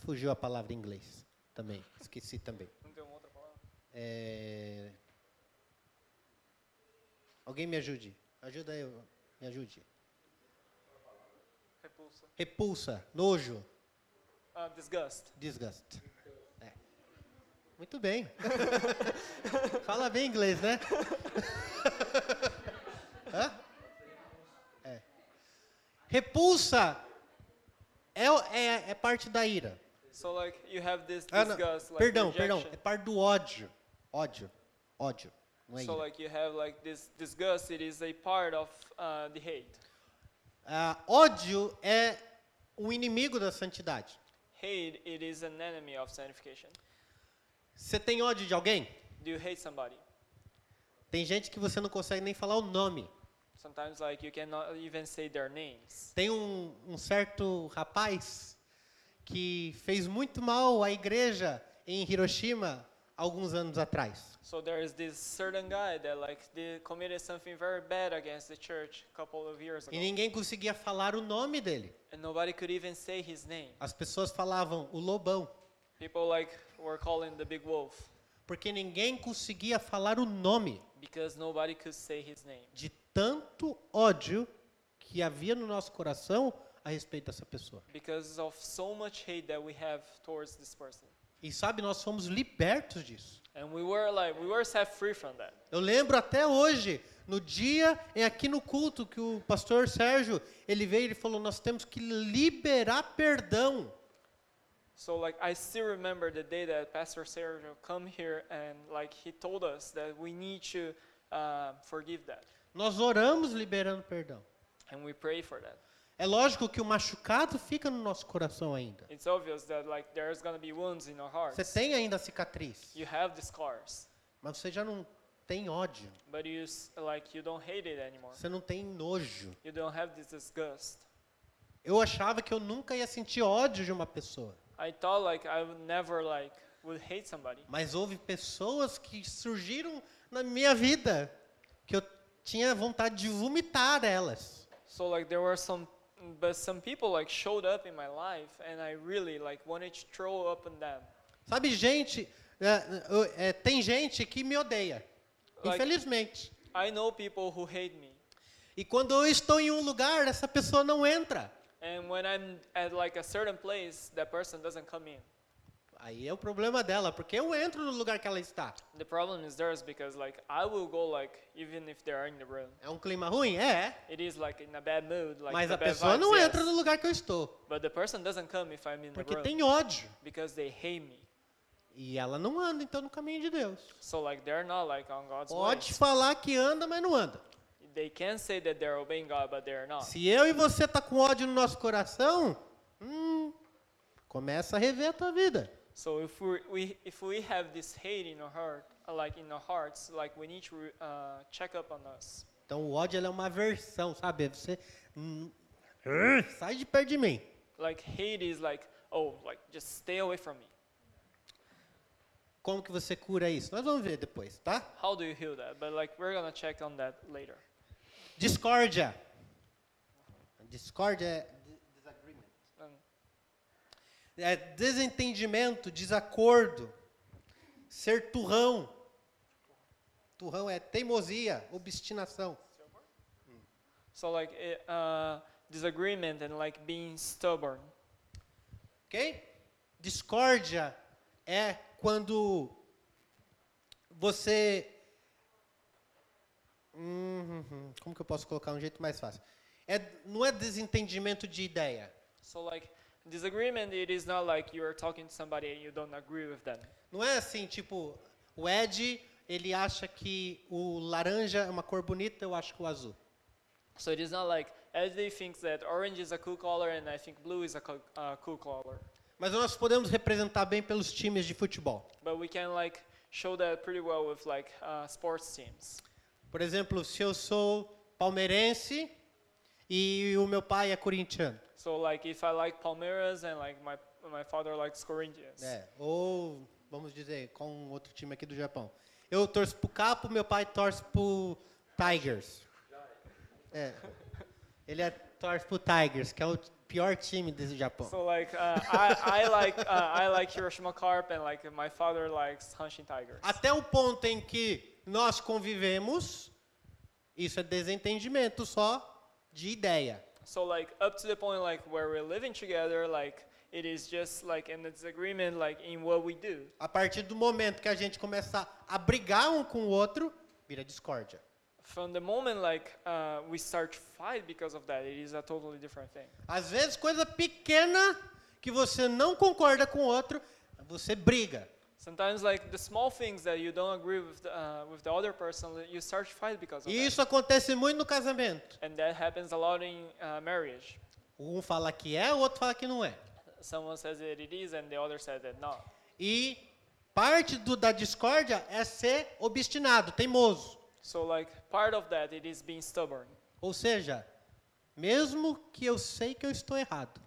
[SPEAKER 1] Fugiu a palavra em inglês também, esqueci também. É, Alguém me ajude. Ajuda eu. Me ajude. Repulsa, nojo,
[SPEAKER 2] Uh, disgust.
[SPEAKER 1] desgaste. É. Muito bem. Fala bem inglês, né? Hã? É. Repulsa é, o- é, é parte da ira.
[SPEAKER 2] So like you have this
[SPEAKER 1] Ah, não.
[SPEAKER 2] disgust, like
[SPEAKER 1] perdão,
[SPEAKER 2] rejection.
[SPEAKER 1] perdão. É parte do ódio. Ódio. Ódio. Não é
[SPEAKER 2] So
[SPEAKER 1] ira.
[SPEAKER 2] like you have like this disgust. It is a part of uh, the hate.
[SPEAKER 1] Ah, ódio é um inimigo da santidade.
[SPEAKER 2] Hate, it is an enemy of sanctification.
[SPEAKER 1] Você tem ódio de alguém?
[SPEAKER 2] Do you hate somebody?
[SPEAKER 1] Tem gente que você não consegue nem falar o nome.
[SPEAKER 2] Sometimes, like, you cannot even say their names.
[SPEAKER 1] Tem um, um certo rapaz que fez muito mal à igreja em Hiroshima alguns anos atrás.
[SPEAKER 2] So there is this certain guy that, like, they committed something very bad against the church a couple of years ago.
[SPEAKER 1] E ninguém conseguia falar o nome dele.
[SPEAKER 2] And nobody could even say his name.
[SPEAKER 1] As pessoas falavam o lobão,
[SPEAKER 2] People, like, were calling the big wolf
[SPEAKER 1] porque ninguém conseguia falar o nome
[SPEAKER 2] because nobody could say his name.
[SPEAKER 1] de tanto ódio que havia no nosso coração a respeito dessa pessoa.
[SPEAKER 2] Because of so much hate that we have towards this person.
[SPEAKER 1] E sabe, nós fomos libertos disso.
[SPEAKER 2] And we were, like, we were set free from that.
[SPEAKER 1] Eu lembro até hoje, no dia, é aqui no culto, que o pastor Sérgio, ele veio e falou, nós temos que liberar perdão.
[SPEAKER 2] So like I still remember the day that Pastor Sergio come here and like he told us that we need to uh, forgive that
[SPEAKER 1] Nós oramos liberando perdão.
[SPEAKER 2] and we pray for that.
[SPEAKER 1] É lógico que o machucado fica no nosso coração ainda.
[SPEAKER 2] It's obvious that like there's gonna be wounds in our
[SPEAKER 1] Você
[SPEAKER 2] hearts.
[SPEAKER 1] tem ainda a cicatriz,
[SPEAKER 2] You have the scars,
[SPEAKER 1] mas você já não tem ódio,
[SPEAKER 2] but you s- like you don't hate it anymore.
[SPEAKER 1] você não tem nojo.
[SPEAKER 2] You don't have this disgust.
[SPEAKER 1] Eu achava que eu nunca ia sentir ódio de uma pessoa,
[SPEAKER 2] I thought like I would never like would hate somebody,
[SPEAKER 1] mas houve pessoas que surgiram na minha vida que eu tinha vontade de vomitar elas.
[SPEAKER 2] so like there were some, but some people like showed up in my life, and I really like wanted to throw up on them.
[SPEAKER 1] Sabe, gente, é, é, é, tem gente que me odeia,
[SPEAKER 2] Like-
[SPEAKER 1] infelizmente.
[SPEAKER 2] I know people who hate me,
[SPEAKER 1] E quando eu estou em um lugar, essa pessoa não entra.
[SPEAKER 2] and when I'm at like a certain place, that person doesn't come in.
[SPEAKER 1] Aí é o problema dela, porque eu entro no lugar que ela está.
[SPEAKER 2] The problem is theirs because like I will go like even if they are in the room.
[SPEAKER 1] É um clima ruim? É.
[SPEAKER 2] It is like in a bad mood, like
[SPEAKER 1] mas
[SPEAKER 2] the
[SPEAKER 1] a
[SPEAKER 2] bad
[SPEAKER 1] pessoa
[SPEAKER 2] vibes,
[SPEAKER 1] não
[SPEAKER 2] yes.
[SPEAKER 1] entra no lugar que eu estou,
[SPEAKER 2] But the person doesn't come if I'm in the
[SPEAKER 1] porque
[SPEAKER 2] room
[SPEAKER 1] tem ódio.
[SPEAKER 2] because they hate me.
[SPEAKER 1] E ela não anda, então, no caminho de Deus.
[SPEAKER 2] So like they're not like on God's
[SPEAKER 1] Pode
[SPEAKER 2] way.
[SPEAKER 1] falar que anda, mas não anda.
[SPEAKER 2] They can say that they're obeying God, but they're not.
[SPEAKER 1] Se eu e você tá com ódio no nosso coração, hum, começa a rever a tua vida.
[SPEAKER 2] So if we, we if we have this hate in our heart, uh, like in our hearts, like we need to re- uh, check up on us.
[SPEAKER 1] Então, o ódio ele é uma aversão, sabe? Você hum, ah, sai de perto de mim.
[SPEAKER 2] Like hate is like oh like just stay away from me.
[SPEAKER 1] Como que você cura isso? Nós vamos ver depois, tá?
[SPEAKER 2] How do you heal that? But like we're gonna check on that later.
[SPEAKER 1] Discórdia. Discórdia é
[SPEAKER 2] And
[SPEAKER 1] é desentendimento, desacordo, ser turrão. Turrão é teimosia, obstinação.
[SPEAKER 2] so like it, uh, disagreement and like being stubborn.
[SPEAKER 1] Ok? Discórdia é quando você. Hum, hum, hum, como que eu posso colocar um jeito mais fácil? É, não é desentendimento de ideia.
[SPEAKER 2] So like disagreement, it is not like you are talking to somebody and you don't agree with them.
[SPEAKER 1] Não é assim, tipo, o Ed, ele acha que o laranja é uma cor bonita, eu acho que o azul.
[SPEAKER 2] So it is not like Ashley thinks that orange is a cool color and I think blue is a co- uh, cool color.
[SPEAKER 1] Mas nós podemos representar bem pelos times de futebol.
[SPEAKER 2] But we can like show that pretty well with like uh, sports teams.
[SPEAKER 1] Por exemplo, se eu sou palmeirense e o meu pai é corintiano.
[SPEAKER 2] So like if I like Palmeiras and like my my father likes Corinthians.
[SPEAKER 1] É, ou, vamos dizer, com um outro time aqui do Japão. Eu torço pro Capo, meu pai torce pro Tigers. É. Ele é, torce pro Tigers, que é o pior time desse Japão.
[SPEAKER 2] So like uh, I, I like uh, I like Hiroshima Carp and like my father likes Hanshin Tigers.
[SPEAKER 1] Até o ponto em que nós convivemos, isso é desentendimento só de ideia.
[SPEAKER 2] So like up to the point like where we're living together, like it is just like in a disagreement like in what we do.
[SPEAKER 1] A partir do momento que a gente começa a brigar um com o outro, vira discórdia.
[SPEAKER 2] From the moment like uh, we start to fight because of that, it is a totally different thing.
[SPEAKER 1] Às vezes, coisa pequena que você não concorda com o outro, você briga.
[SPEAKER 2] Sometimes like the small things that you don't agree with the, uh, with the other person, you start to fight because of
[SPEAKER 1] E isso acontece muito no casamento.
[SPEAKER 2] that. And that happens a lot in uh, marriage.
[SPEAKER 1] Um fala que é, o outro fala que não é.
[SPEAKER 2] Someone says that it is, and the other says that no.
[SPEAKER 1] E parte do- da discórdia é ser obstinado, teimoso.
[SPEAKER 2] So like part of that, it is being stubborn.
[SPEAKER 1] Ou seja, mesmo que eu sei que eu estou errado,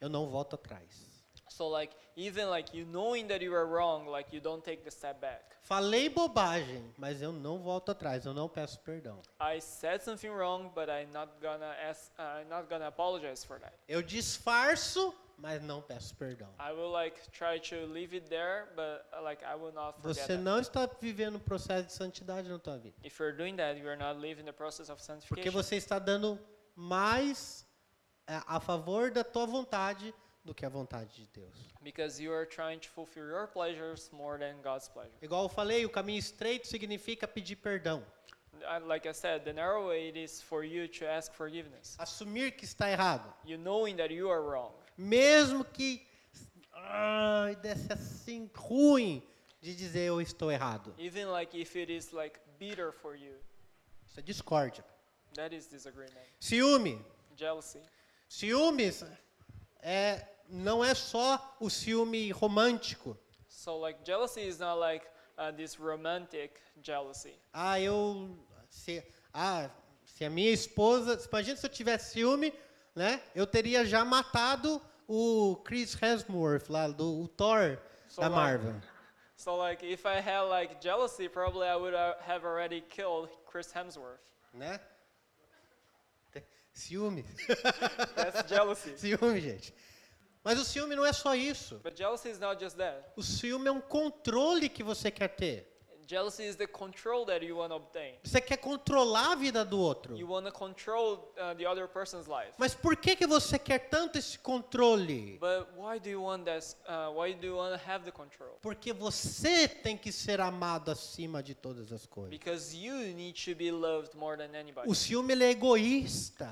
[SPEAKER 1] eu não volto atrás.
[SPEAKER 2] So like even like you knowing that you are wrong, like you don't take the step back.
[SPEAKER 1] Falei bobagem, mas eu não volto atrás, eu não peço perdão.
[SPEAKER 2] I said something wrong, but I'm not gonna ask, uh, I'm not gonna apologize for that.
[SPEAKER 1] Eu disfarço, mas não peço perdão.
[SPEAKER 2] I will like try to leave it there, but uh, like I will not forget.
[SPEAKER 1] Você
[SPEAKER 2] that.
[SPEAKER 1] não está vivendo um processo de santidade na tua vida.
[SPEAKER 2] If you're doing that, you are not living the process of
[SPEAKER 1] Porque
[SPEAKER 2] sanctification
[SPEAKER 1] você está dando mais é, a favor da tua vontade do que a vontade de Deus.
[SPEAKER 2] because you are trying to fulfill your pleasures more than God's pleasure.
[SPEAKER 1] Igual eu falei, o caminho estreito significa pedir perdão.
[SPEAKER 2] Uh, like I said, the narrow way it is for you to ask forgiveness,
[SPEAKER 1] Assumir que está errado.
[SPEAKER 2] you knowing that you are wrong,
[SPEAKER 1] Mesmo que ai, desse assim ruim de dizer eu estou errado.
[SPEAKER 2] even like if it is like bitter for you.
[SPEAKER 1] Isso é discórdia.
[SPEAKER 2] That is disagreement,
[SPEAKER 1] Ciúme.
[SPEAKER 2] jealousy.
[SPEAKER 1] Ciúmes é, não é só o ciúme romântico.
[SPEAKER 2] So like jealousy is not like uh, this romantic jealousy.
[SPEAKER 1] Ah, eu. Se, ah, se a minha esposa. Imagina se eu tivesse ciúme, né? Eu teria já matado o Chris Hemsworth lá, do o Thor
[SPEAKER 2] So
[SPEAKER 1] da
[SPEAKER 2] like-
[SPEAKER 1] Marvel.
[SPEAKER 2] So like if I had like jealousy, probably I would uh, have already killed Chris Hemsworth.
[SPEAKER 1] Né? Te- Ciúme.
[SPEAKER 2] That's jealousy.
[SPEAKER 1] ciúme, gente. Mas o ciúme não é só isso.
[SPEAKER 2] But jealousy is not just that.
[SPEAKER 1] O ciúme é um controle que você quer ter.
[SPEAKER 2] Jealousy is the control that you want to obtain.
[SPEAKER 1] Você quer controlar a vida do
[SPEAKER 2] You
[SPEAKER 1] outro.
[SPEAKER 2] want to control uh, the other person's life.
[SPEAKER 1] Mas por que, que você quer tanto esse controle?
[SPEAKER 2] But why do you want that? Uh, why do you want to have the control?
[SPEAKER 1] Porque você tem que ser amado acima de todas as coisas.
[SPEAKER 2] Because you need to be loved more than anybody.
[SPEAKER 1] O ciúme ele é egoísta.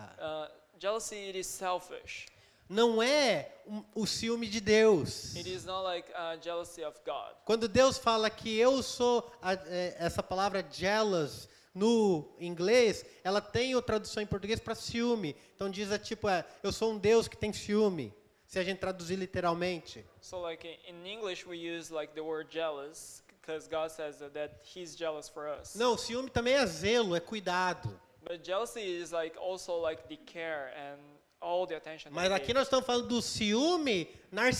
[SPEAKER 2] Uh, jealousy it is selfish.
[SPEAKER 1] Não é um- o ciúme de Deus.
[SPEAKER 2] It is not like uh, jealousy of God.
[SPEAKER 1] Quando Deus fala que eu sou a- é, essa palavra jealous no inglês, ela tem a tradução em português para ciúme. Então diz é tipo, é, eu sou um Deus que tem ciúme, se a gente traduzir literalmente.
[SPEAKER 2] So like i- in English we use like the word jealous because God says that, that he's jealous for us.
[SPEAKER 1] Não, ciúme também é zelo, é cuidado.
[SPEAKER 2] But jealousy is like also like the care and all the attention. that
[SPEAKER 1] Mas
[SPEAKER 2] you
[SPEAKER 1] aqui
[SPEAKER 2] give.
[SPEAKER 1] nós estamos falando do ciúme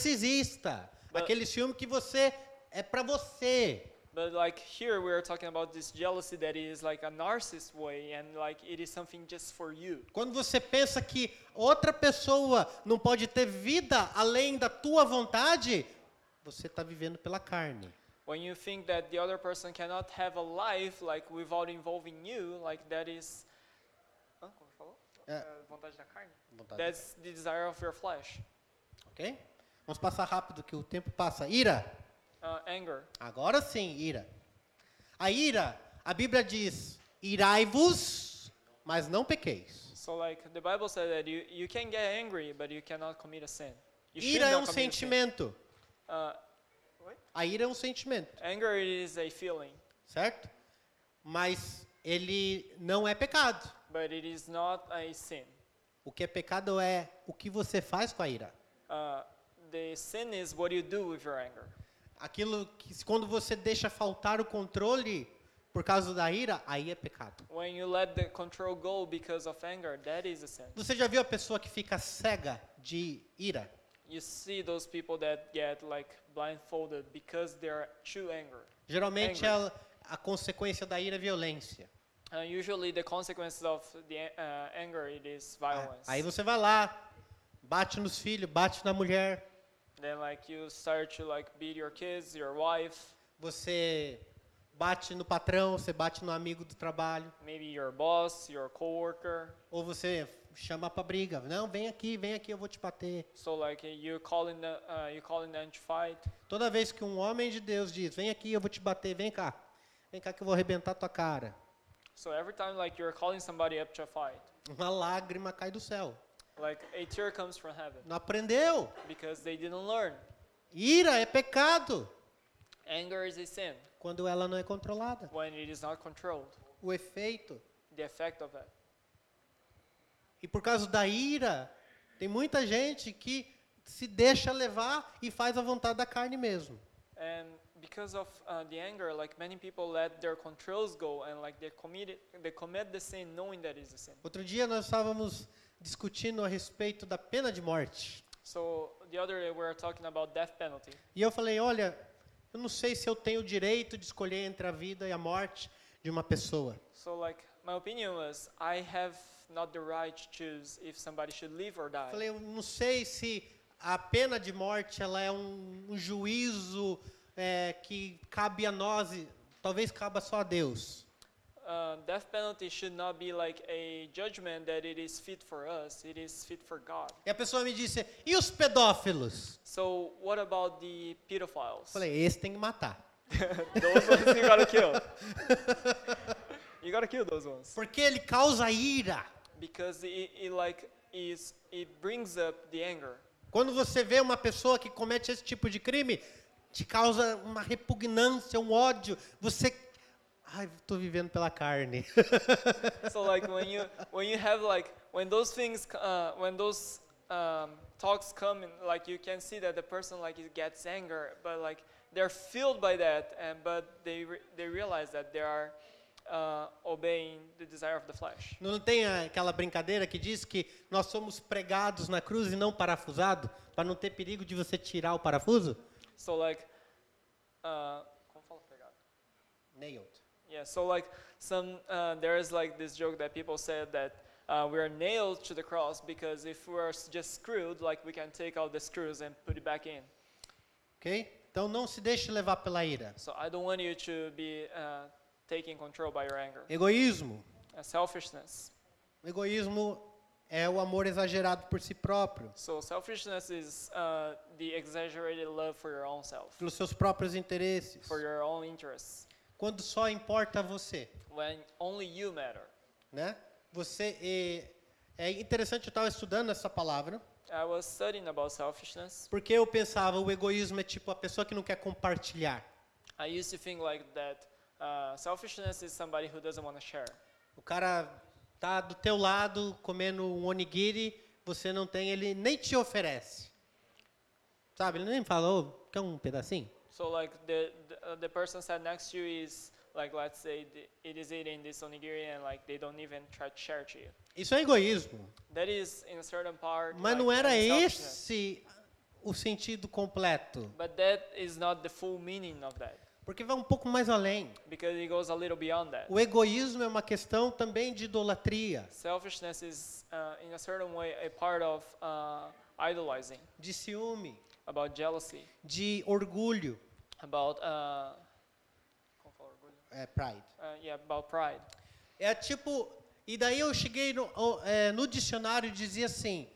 [SPEAKER 1] narcisista,
[SPEAKER 2] Mas-
[SPEAKER 1] aquele ciúme que você é para você.
[SPEAKER 2] But like here we are talking about this jealousy that is like a narcissist way and like it is something just for you.
[SPEAKER 1] Quando você pensa que outra pessoa não pode ter vida além da tua vontade, você está vivendo pela carne.
[SPEAKER 2] When you think that the other person cannot have a life like without involving you, like that is Hã? Como falou?
[SPEAKER 1] É.
[SPEAKER 2] Eh, vontade da carne.
[SPEAKER 1] Vontade.
[SPEAKER 2] That's the desire of your flesh.
[SPEAKER 1] Ok? Vamos passar rápido que o tempo passa. Ira.
[SPEAKER 2] Uh, anger.
[SPEAKER 1] Agora sim, ira. A ira, a Bíblia diz: irai-vos, mas não pequeis.
[SPEAKER 2] So like the Bible said that you, you can get angry, but you cannot commit a sin. You should
[SPEAKER 1] Ira é
[SPEAKER 2] not
[SPEAKER 1] um
[SPEAKER 2] commit a sin.
[SPEAKER 1] sentimento.
[SPEAKER 2] Uh,
[SPEAKER 1] A ira é um sentimento,
[SPEAKER 2] anger is a feeling,
[SPEAKER 1] certo? Mas ele não é pecado.
[SPEAKER 2] but it is not a sin.
[SPEAKER 1] O que é pecado é o que você faz com a ira.
[SPEAKER 2] Uh, the sin is what you do with your anger.
[SPEAKER 1] Aquilo que quando você deixa faltar o controle por causa da ira, aí é pecado.
[SPEAKER 2] When you let the control go because of anger, that is a sin.
[SPEAKER 1] Você já viu a pessoa que fica cega de ira?
[SPEAKER 2] You see those people that get like blindfolded because they're too angry.
[SPEAKER 1] Geralmente
[SPEAKER 2] Angry.
[SPEAKER 1] ela- a consequência da ira é violência.
[SPEAKER 2] Uh, usually the consequences of the a- uh, anger it is violence.
[SPEAKER 1] Aí você vai lá, bate nos filhos, bate na mulher,
[SPEAKER 2] then like you start to like beat your kids, your wife,
[SPEAKER 1] você bate no patrão, você bate no amigo do trabalho,
[SPEAKER 2] maybe your boss, your coworker.
[SPEAKER 1] ou você chama pra briga. Não, vem aqui, vem aqui, eu vou te bater.
[SPEAKER 2] So like you calling the, uh, you calling them to fight.
[SPEAKER 1] Toda vez que um homem de Deus diz, vem aqui, eu vou te bater, vem cá. Vem cá que eu vou arrebentar tua cara.
[SPEAKER 2] So every time like you're calling somebody up to a fight,
[SPEAKER 1] Uma lágrima cai do céu.
[SPEAKER 2] like a tear comes from heaven
[SPEAKER 1] Não aprendeu.
[SPEAKER 2] because they didn't learn.
[SPEAKER 1] Ira é pecado
[SPEAKER 2] Anger is a sin
[SPEAKER 1] quando ela não é controlada.
[SPEAKER 2] when it is not controlled.
[SPEAKER 1] O efeito.
[SPEAKER 2] The effect of it.
[SPEAKER 1] E por causa da ira, tem muita gente que se deixa levar e faz a vontade da carne mesmo.
[SPEAKER 2] And because of uh, the anger, like many people let their controls go and like they commit they commit the sin knowing that is a sin.
[SPEAKER 1] Outro dia nós estávamos discutindo a respeito da pena de morte.
[SPEAKER 2] So the other day we were talking about death penalty.
[SPEAKER 1] E eu falei: olha, eu não sei se eu tenho o direito de escolher entre a vida e a morte de uma pessoa.
[SPEAKER 2] So like my opinion was I have not the right to choose if somebody should live or
[SPEAKER 1] Eu
[SPEAKER 2] die.
[SPEAKER 1] falei: eu não sei se a pena de morte ela é um, um juízo é, que cabe a nós, e talvez caba só a Deus.
[SPEAKER 2] Uh, death penalty should not be like a judgment that it is fit for us. It is fit for God.
[SPEAKER 1] E a pessoa me disse: e os pedófilos?
[SPEAKER 2] So what about the
[SPEAKER 1] Eu
[SPEAKER 2] pedophiles?
[SPEAKER 1] falei: esse tem que matar.
[SPEAKER 2] those ones you gotta kill. you gotta kill those ones
[SPEAKER 1] Porque ele causa ira.
[SPEAKER 2] because it, it like is it brings up the anger.
[SPEAKER 1] Quando você vê uma pessoa que comete esse tipo de crime, te causa uma repugnância, um ódio. Você. Ai, estou vivendo pela carne.
[SPEAKER 2] So like when you when you have like when those things c- uh, when those um, talks come and like you can see that the person like it gets anger, but like they're filled by that, and, but they, re- they realize that they are uh, obeying the desire of the flesh.
[SPEAKER 1] Não tem aquela brincadeira que diz que nós somos pregados na cruz e não parafusado, para não ter perigo de você tirar o parafuso?
[SPEAKER 2] So like, uh, como fala pregado?
[SPEAKER 1] Nailed.
[SPEAKER 2] yeah. So like some uh, there is like this joke that people said that uh, we are nailed to the cross because if we are s- just screwed, like we can take out the screws and put it back in.
[SPEAKER 1] Ok? Então não se deixe levar pela ira.
[SPEAKER 2] So I don't want you to be uh, taking control by your anger.
[SPEAKER 1] Egoísmo.
[SPEAKER 2] Uh, selfishness.
[SPEAKER 1] O egoísmo é o amor exagerado por si próprio,
[SPEAKER 2] So selfishness is uh, the exaggerated love for your own self,
[SPEAKER 1] pelos seus próprios interesses.
[SPEAKER 2] for your own interests,
[SPEAKER 1] Quando só importa você,
[SPEAKER 2] when only you matter.
[SPEAKER 1] né? Você eh, é, interessante eu estava estudando essa palavra,
[SPEAKER 2] I was studying about selfishness.
[SPEAKER 1] porque eu pensava o egoísmo é tipo a pessoa que não quer compartilhar.
[SPEAKER 2] I used to think like that. Uh, selfishness is somebody who doesn't want to share.
[SPEAKER 1] O cara tá do teu lado comendo um onigiri, você não tem, ele nem te oferece. Sabe? Ele nem fala, ô, quer um pedacinho?
[SPEAKER 2] So like the the, uh, the person sat next to you is like let's say th- it is eating this onigiri and like they don't even try to share to you.
[SPEAKER 1] Isso é egoísmo.
[SPEAKER 2] That is in a certain part.
[SPEAKER 1] Mas
[SPEAKER 2] like,
[SPEAKER 1] não era
[SPEAKER 2] unselfishness.
[SPEAKER 1] esse o sentido completo.
[SPEAKER 2] But that is not the full meaning of that
[SPEAKER 1] Porque vai um pouco mais além.
[SPEAKER 2] because it goes a little beyond that.
[SPEAKER 1] O egoísmo é uma questão também de idolatria,
[SPEAKER 2] Selfishness is uh, in a certain way a part of uh, idolizing,
[SPEAKER 1] de ciúme,
[SPEAKER 2] about jealousy,
[SPEAKER 1] de orgulho,
[SPEAKER 2] about uh,
[SPEAKER 1] é pride.
[SPEAKER 2] uh, yeah, about pride.
[SPEAKER 1] É tipo, e daí eu cheguei no, ao- é, no dicionário e dizia assim,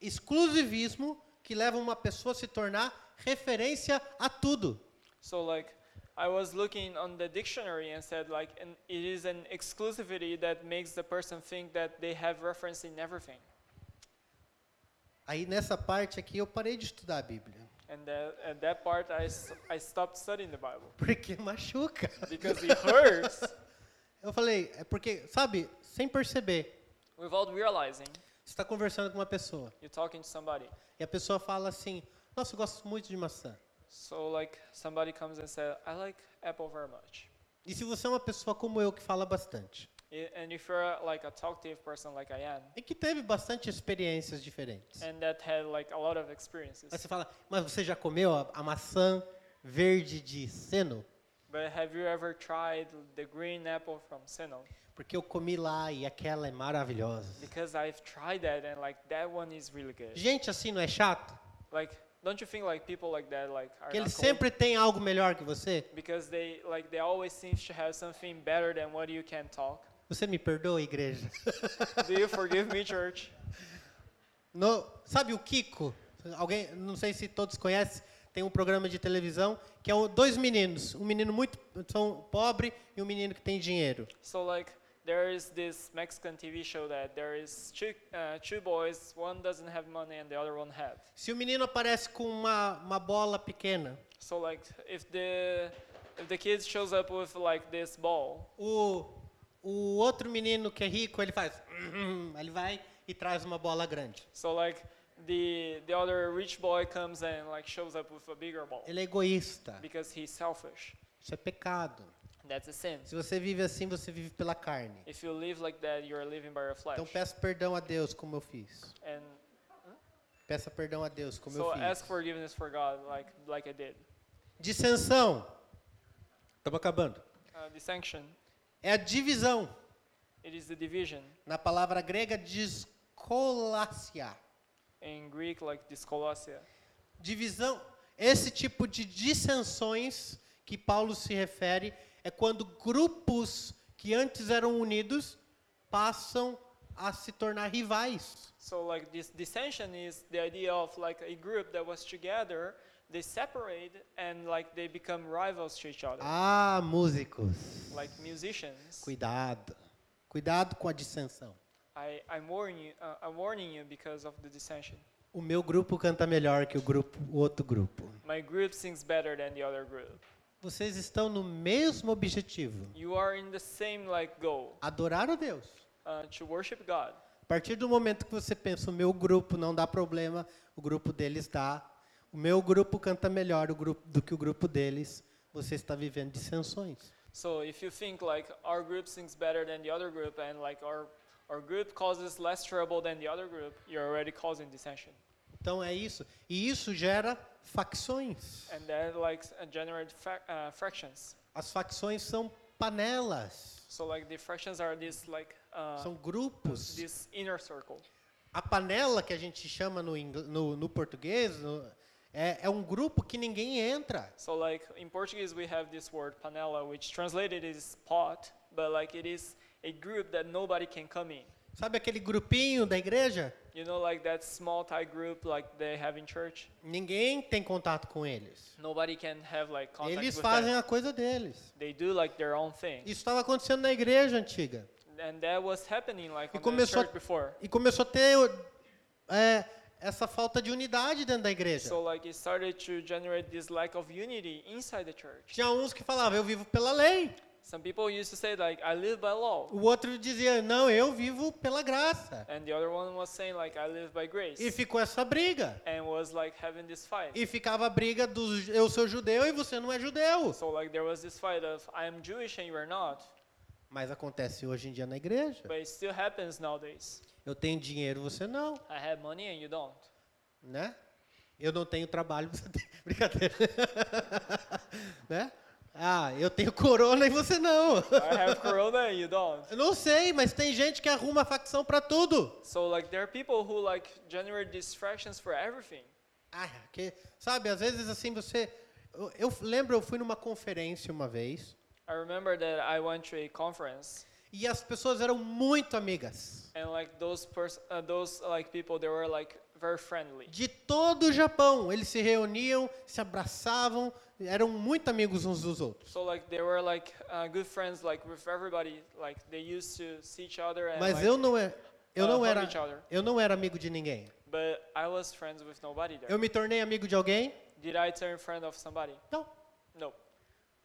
[SPEAKER 1] exclusivismo que leva uma pessoa a se tornar referência a tudo.
[SPEAKER 2] So like I was looking on the dictionary and said like an, it is an exclusivity that makes the person think that they have reference in everything.
[SPEAKER 1] Aí nessa parte aqui eu parei de estudar a Bíblia,
[SPEAKER 2] And that, at that part I, s- I stopped studying the Bible
[SPEAKER 1] porque machuca.
[SPEAKER 2] because it hurts
[SPEAKER 1] Eu falei, é porque, sabe, sem perceber,
[SPEAKER 2] without realizing
[SPEAKER 1] você está conversando com uma pessoa
[SPEAKER 2] you're talking to somebody.
[SPEAKER 1] e a pessoa fala assim, nossa, eu gosto muito de maçã.
[SPEAKER 2] So like somebody comes and says I like apple very much.
[SPEAKER 1] E se você é uma pessoa como eu que fala bastante,
[SPEAKER 2] I- and if you're like a talkative person like I am
[SPEAKER 1] e que teve bastante experiências diferentes,
[SPEAKER 2] and that had like a lot of experiences.
[SPEAKER 1] aí você fala, mas você já comeu a, a maçã verde de seno?
[SPEAKER 2] But have you ever tried the green apple from Sino?
[SPEAKER 1] Porque eu comi lá e aquela é maravilhosa.
[SPEAKER 2] Because I've tried that and like that one is really good.
[SPEAKER 1] Gente assim não é chato?
[SPEAKER 2] Like, don't you think like people like that like are
[SPEAKER 1] Que ele
[SPEAKER 2] not
[SPEAKER 1] sempre tem algo melhor que você?
[SPEAKER 2] cold? because they like they always seem to have something better than what you can talk.
[SPEAKER 1] Você me perdoa, igreja?
[SPEAKER 2] Do you forgive me, church?
[SPEAKER 1] No- sabe o Kiko? Alguém, não sei se todos conhecem, tem um programa de televisão que é o- dois meninos, um menino muito são pobre e um menino que tem dinheiro.
[SPEAKER 2] So like there is this Mexican TV show that there is two uh, two boys, one doesn't have money and the other one have.
[SPEAKER 1] Se o menino aparece com uma, uma bola pequena,
[SPEAKER 2] So like if the if the kid shows up with like this ball,
[SPEAKER 1] o, o outro menino que é rico, ele faz. "Uhum", Ele vai e traz uma bola grande.
[SPEAKER 2] so like the the other rich boy comes and like shows up with a bigger ball
[SPEAKER 1] Ele é egoísta.
[SPEAKER 2] because he's selfish.
[SPEAKER 1] Isso é pecado.
[SPEAKER 2] That's a sin.
[SPEAKER 1] Se você vive assim, você vive pela carne.
[SPEAKER 2] If you live like that, you are living by your flesh.
[SPEAKER 1] Então peça perdão a Deus, como eu fiz.
[SPEAKER 2] and
[SPEAKER 1] Peça perdão a Deus, como
[SPEAKER 2] so
[SPEAKER 1] eu fiz.
[SPEAKER 2] ask forgiveness for God, like like I did.
[SPEAKER 1] Dissensão. Estamos acabando.
[SPEAKER 2] Uh, distinction.
[SPEAKER 1] É a divisão.
[SPEAKER 2] It is the division
[SPEAKER 1] Na palavra grega, descolácia.
[SPEAKER 2] in Greek, like dyscolosia.
[SPEAKER 1] Divisão, esse tipo de dissensões que Paulo se refere é quando grupos que antes eram unidos passam a se tornar rivais.
[SPEAKER 2] So like this dissension is the idea of like a group that was together, they separate and like they become rivals to each other,
[SPEAKER 1] Ah, músicos,
[SPEAKER 2] like musicians.
[SPEAKER 1] cuidado. Cuidado com a dissensão.
[SPEAKER 2] I I'm warning you. Uh, I'm warning you because of the dissension.
[SPEAKER 1] O meu grupo canta melhor que o grupo, o outro grupo.
[SPEAKER 2] My group sings better than the other group.
[SPEAKER 1] Vocês estão no mesmo objetivo,
[SPEAKER 2] You are in the same like goal
[SPEAKER 1] adorar a Deus.
[SPEAKER 2] uh, to worship God.
[SPEAKER 1] A partir do momento que você pensa, o meu grupo não dá problema, o grupo deles dá, O meu grupo canta melhor o grupo, do que o grupo deles. Você está vivendo dissensões.
[SPEAKER 2] So if you think like our group sings better than the other group and like our our group causes less trouble than the other group, you're already causing dissension.
[SPEAKER 1] Então é isso. E isso gera facções.
[SPEAKER 2] And that like s- uh, generate fra- uh, fractions.
[SPEAKER 1] As facções são panelas,
[SPEAKER 2] So like the fractions are this like uh,
[SPEAKER 1] são grupos.
[SPEAKER 2] this inner circle.
[SPEAKER 1] A panela que a gente chama no, ingl- no, no português no- é, é um grupo que ninguém entra.
[SPEAKER 2] So like in Portuguese we have this word panela which translated is pot, but like it is a group that nobody can come in.
[SPEAKER 1] Sabe aquele grupinho da igreja?
[SPEAKER 2] You know like that small Thai group like they have in church?
[SPEAKER 1] Ninguém tem contato com eles.
[SPEAKER 2] Nobody can have like contact
[SPEAKER 1] Eles
[SPEAKER 2] with
[SPEAKER 1] fazem
[SPEAKER 2] them.
[SPEAKER 1] a E coisa deles.
[SPEAKER 2] They do like their own thing.
[SPEAKER 1] Isso estava acontecendo na igreja antiga.
[SPEAKER 2] And that was happening like
[SPEAKER 1] E
[SPEAKER 2] on the
[SPEAKER 1] começou-
[SPEAKER 2] church before.
[SPEAKER 1] E começou a ter é, essa falta de unidade dentro da igreja.
[SPEAKER 2] So like it started to generate this lack of unity inside the church.
[SPEAKER 1] Tinha uns que falavam, eu vivo pela lei.
[SPEAKER 2] Some people used to say like I live by law,
[SPEAKER 1] O outro dizia, não, eu vivo pela graça.
[SPEAKER 2] and the other one was saying like I live by grace,
[SPEAKER 1] E ficou essa briga.
[SPEAKER 2] and was like having this fight.
[SPEAKER 1] E ficava a briga dos eu sou judeu e você não é judeu.
[SPEAKER 2] So like there was this fight of I am Jewish and you are not,
[SPEAKER 1] Mas acontece hoje em dia na igreja.
[SPEAKER 2] but it still happens nowadays.
[SPEAKER 1] Eu tenho dinheiro, você não,
[SPEAKER 2] I have money and you don't.
[SPEAKER 1] né? Eu não tenho trabalho, você tem. Brincadeira. né? Ah, eu tenho corona e você não.
[SPEAKER 2] I have corona and you don't.
[SPEAKER 1] Eu não sei, mas tem gente que arruma facção pra tudo.
[SPEAKER 2] So like there are people who like generate distractions for everything.
[SPEAKER 1] Ah, que, sabe, às vezes assim você. Eu, eu lembro, eu fui numa conferência uma vez
[SPEAKER 2] I remember that I went to a conference
[SPEAKER 1] e as pessoas eram muito amigas.
[SPEAKER 2] and like those pers- uh, those like people they were like very friendly.
[SPEAKER 1] De todo o Japão, eles se reuniam, se abraçavam, eram muito amigos uns dos outros.
[SPEAKER 2] So like they were like uh, good friends like with everybody like they used to see each other and
[SPEAKER 1] Mas
[SPEAKER 2] like,
[SPEAKER 1] eu não era, eu
[SPEAKER 2] uh,
[SPEAKER 1] não
[SPEAKER 2] hug
[SPEAKER 1] era,
[SPEAKER 2] each other.
[SPEAKER 1] eu não era amigo de ninguém.
[SPEAKER 2] But I was friends with nobody there.
[SPEAKER 1] Eu me tornei amigo de alguém?
[SPEAKER 2] Did I turn friend of somebody?
[SPEAKER 1] Não.
[SPEAKER 2] No.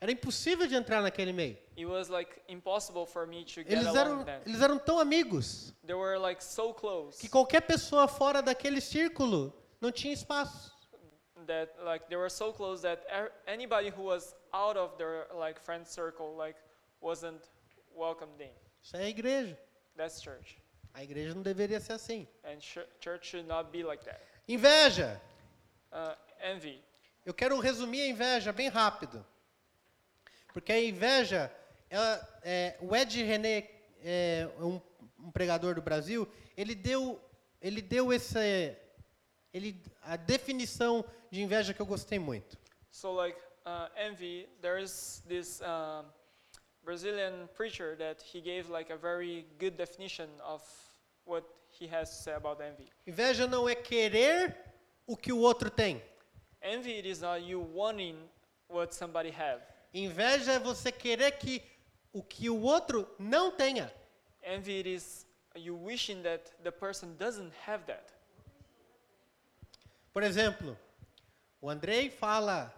[SPEAKER 1] Era impossível de entrar naquele meio.
[SPEAKER 2] It was like impossible for me to get
[SPEAKER 1] Eles
[SPEAKER 2] along
[SPEAKER 1] eram,
[SPEAKER 2] with them.
[SPEAKER 1] eles eram tão amigos
[SPEAKER 2] They were like so close
[SPEAKER 1] que qualquer pessoa fora daquele círculo não tinha espaço.
[SPEAKER 2] that like they were so close that er- anybody who was out of their like friend circle like wasn't welcomed in.
[SPEAKER 1] Isso é a igreja.
[SPEAKER 2] That's church.
[SPEAKER 1] A igreja não deveria ser assim.
[SPEAKER 2] And sh- church should not be like that.
[SPEAKER 1] Inveja.
[SPEAKER 2] Uh, envy.
[SPEAKER 1] Eu quero resumir a inveja bem rápido. Porque a inveja, ela, é, o Ed René, é, um, um pregador do Brasil, ele deu, ele deu essa, ele, a definição de inveja que eu gostei muito.
[SPEAKER 2] So like uh, envy, there is this um, Brazilian preacher that he gave like a very good definition of what he has to say about envy.
[SPEAKER 1] Inveja não é querer o que o outro tem.
[SPEAKER 2] Envy it is not you wanting what somebody have.
[SPEAKER 1] Inveja é você querer que o que o outro não tenha.
[SPEAKER 2] Envy it is you wishing that the person doesn't have that.
[SPEAKER 1] Por exemplo, o Andrei fala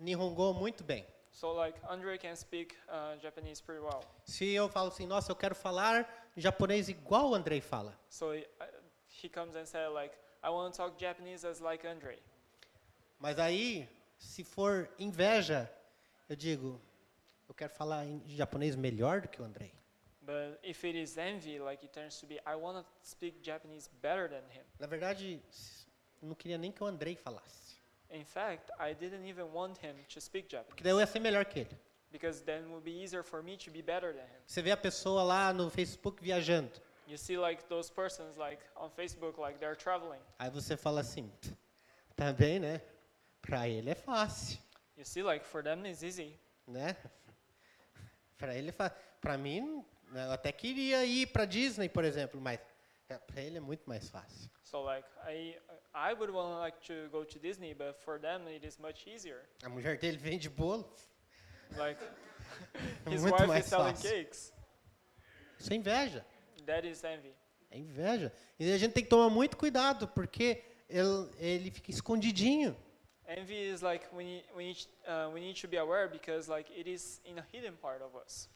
[SPEAKER 1] Nihongo muito bem.
[SPEAKER 2] So like Andre can speak uh, Japanese pretty well.
[SPEAKER 1] Se eu falo assim, nossa, eu quero falar japonês igual o Andrei fala.
[SPEAKER 2] So he, uh, he comes and says like, I want to talk Japanese as like Andre.
[SPEAKER 1] Mas aí, se for inveja, eu digo, eu quero falar em japonês melhor do que o Andrei.
[SPEAKER 2] But if it is envy, like it turns to be, I want to speak Japanese better than him.
[SPEAKER 1] Na verdade, s- não queria nem que o Andrei falasse.
[SPEAKER 2] In fact, I didn't even want him to speak
[SPEAKER 1] Porque daí eu
[SPEAKER 2] Japanese
[SPEAKER 1] ia ser melhor que ele.
[SPEAKER 2] because then it would be easier for me to be better than him.
[SPEAKER 1] Você vê a pessoa lá no Facebook viajando.
[SPEAKER 2] You see, like those persons, like on Facebook, like they're traveling.
[SPEAKER 1] Aí você fala assim, "Tch, tá bem, né? Pra ele é fácil,
[SPEAKER 2] You see, like for them it's easy.
[SPEAKER 1] né? Pra ele é fácil. Pra mim, né, eu até queria ir pra Disney, por exemplo, mas é, pra ele é muito mais fácil.
[SPEAKER 2] So like I, I would want like to go to Disney, but for them it is much easier.
[SPEAKER 1] A mulher dele vende bolo. é
[SPEAKER 2] Like his
[SPEAKER 1] Muito
[SPEAKER 2] wife
[SPEAKER 1] mais
[SPEAKER 2] is selling
[SPEAKER 1] fácil.
[SPEAKER 2] cakes.
[SPEAKER 1] Isso é inveja.
[SPEAKER 2] That is envy.
[SPEAKER 1] É inveja. E a gente tem que tomar muito cuidado, porque ele, ele fica escondidinho.
[SPEAKER 2] Envy is like we need, we need, uh, we need to be aware because like it is in a hidden part of us.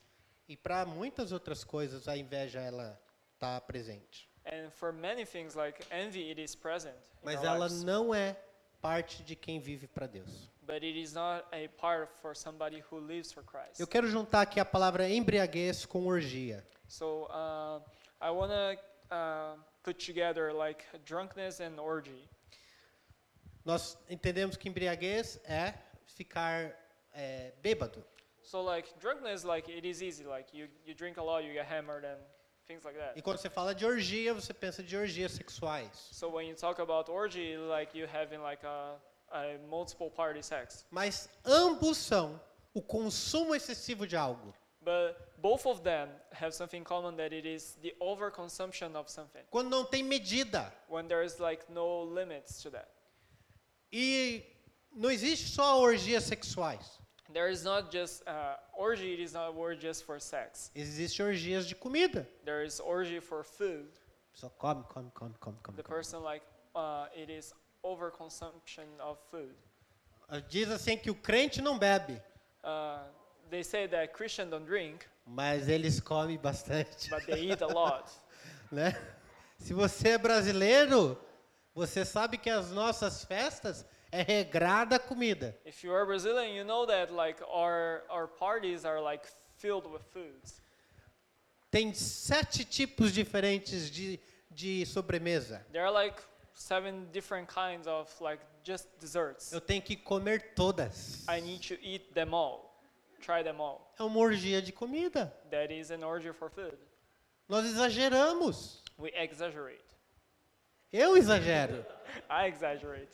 [SPEAKER 1] E para muitas outras coisas, a inveja ela tá presente.
[SPEAKER 2] And for many things like envy, it is present. in
[SPEAKER 1] Mas
[SPEAKER 2] our
[SPEAKER 1] ela
[SPEAKER 2] lives.
[SPEAKER 1] não é parte de quem vive para Deus.
[SPEAKER 2] but it is not a part for somebody who lives for Christ.
[SPEAKER 1] Eu quero juntar aqui a palavra embriaguez com orgia.
[SPEAKER 2] So uh, I want to uh, put together like drunkenness and orgy.
[SPEAKER 1] Nós entendemos que embriaguez é ficar é, bêbado.
[SPEAKER 2] So like drunkenness, like it is easy. Like you, you drink a lot, you get hammered and things like that.
[SPEAKER 1] E quando você fala de orgia, você pensa de orgias sexuais.
[SPEAKER 2] So when you talk about orgy, like you having like a, a multiple party sex.
[SPEAKER 1] Mas ambos são o consumo excessivo de algo.
[SPEAKER 2] But both of them have something common that it is the overconsumption of something.
[SPEAKER 1] Quando não tem medida.
[SPEAKER 2] When there is like no limits to that.
[SPEAKER 1] E não existe só orgias sexuais.
[SPEAKER 2] There is not just uh, orgy. It is not a word just for sex.
[SPEAKER 1] Existe orgias de comida.
[SPEAKER 2] There is orgy for food.
[SPEAKER 1] Só come, come, come, come, come.
[SPEAKER 2] The
[SPEAKER 1] come.
[SPEAKER 2] person like uh, it is overconsumption of food.
[SPEAKER 1] Ah, Diz assim que o crente não bebe,
[SPEAKER 2] Uh, they say that Christian don't drink,
[SPEAKER 1] mas eles comem bastante,
[SPEAKER 2] but they eat a lot.
[SPEAKER 1] né? Se você é brasileiro, você sabe que as nossas festas é regrada a comida.
[SPEAKER 2] If you are Brazilian, you know that like our our parties are like filled with foods.
[SPEAKER 1] Tem sete tipos diferentes de, de sobremesa.
[SPEAKER 2] There are like seven different kinds of like just desserts.
[SPEAKER 1] Eu tenho que comer todas.
[SPEAKER 2] I need to eat them all. Try them all.
[SPEAKER 1] É uma orgia de comida.
[SPEAKER 2] That is an orgy for food.
[SPEAKER 1] Nós exageramos.
[SPEAKER 2] We exaggerate.
[SPEAKER 1] Eu exagero.
[SPEAKER 2] I exaggerate.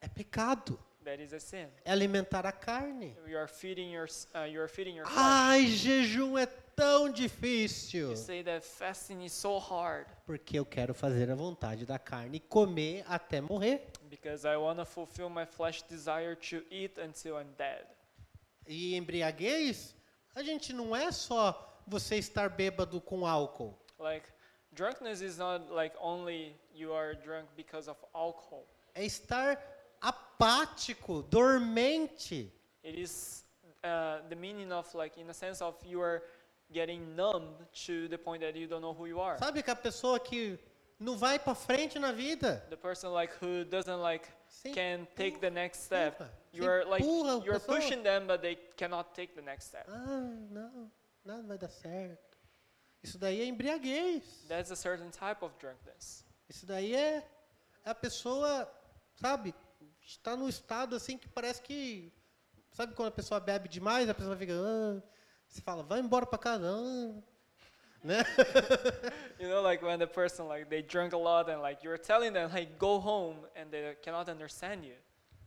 [SPEAKER 1] É pecado.
[SPEAKER 2] That is a sin.
[SPEAKER 1] É alimentar a carne.
[SPEAKER 2] You are feeding your s- uh, you are feeding your flesh.
[SPEAKER 1] Ai, jejum é tão difícil.
[SPEAKER 2] You say that fasting is so hard
[SPEAKER 1] Porque eu quero fazer a vontade da carne e comer até morrer.
[SPEAKER 2] because I want to fulfill my flesh desire to eat until I'm dead.
[SPEAKER 1] E embriaguez, a gente não é só você estar bêbado com álcool.
[SPEAKER 2] Like drunkenness is not like only you are drunk because of alcohol.
[SPEAKER 1] É estar apático, dormente.
[SPEAKER 2] It is uh, the meaning of like in a sense of you are getting numb to the point that you don't know who you are.
[SPEAKER 1] Sabe que a pessoa que não vai para frente na vida.
[SPEAKER 2] The person like who doesn't like
[SPEAKER 1] Sim.
[SPEAKER 2] can take the next step.
[SPEAKER 1] empurra,
[SPEAKER 2] You are like
[SPEAKER 1] empurra a
[SPEAKER 2] you are
[SPEAKER 1] pessoa.
[SPEAKER 2] pushing them, but they cannot take the next step.
[SPEAKER 1] Ah, não, nada vai dar certo. Isso daí é embriaguez.
[SPEAKER 2] That's a certain type of drunkenness.
[SPEAKER 1] Isso daí é a pessoa, sabe, está num estado assim que parece que. Sabe quando a pessoa bebe demais, a pessoa fica. "Ah", você fala, vai embora pra casa. ah", né?
[SPEAKER 2] You know, like when the person like they drink a lot and like you're telling them like go home and they cannot understand you.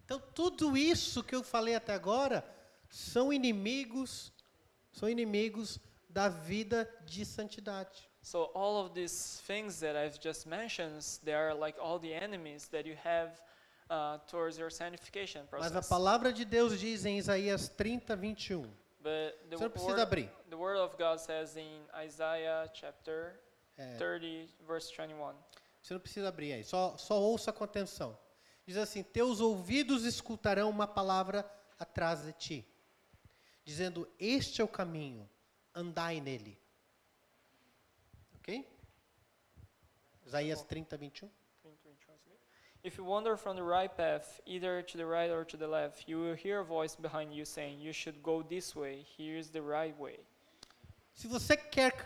[SPEAKER 1] Então, tudo isso que eu falei até agora são inimigos, são inimigos da vida de santidade.
[SPEAKER 2] So all of these things that I've just mentioned, they are like all the enemies that you have uh, towards your sanctification
[SPEAKER 1] Mas a
[SPEAKER 2] process.
[SPEAKER 1] palavra de Deus diz em Isaías 30, 21.
[SPEAKER 2] But the
[SPEAKER 1] O senhor precisa
[SPEAKER 2] word,
[SPEAKER 1] abrir.
[SPEAKER 2] the word of God says in Isaiah chapter
[SPEAKER 1] É,
[SPEAKER 2] 30, verse 21.
[SPEAKER 1] Você não precisa abrir aí, só, só ouça com atenção. Diz assim: Teus ouvidos escutarão uma palavra atrás de ti, dizendo: Este é o caminho, andai nele. Ok? Isaías 30, 21.
[SPEAKER 2] If you wander from the right path, either to the right or to the left, you will hear a voice behind you saying, You should go this way, here's the right way.
[SPEAKER 1] Se você quer c-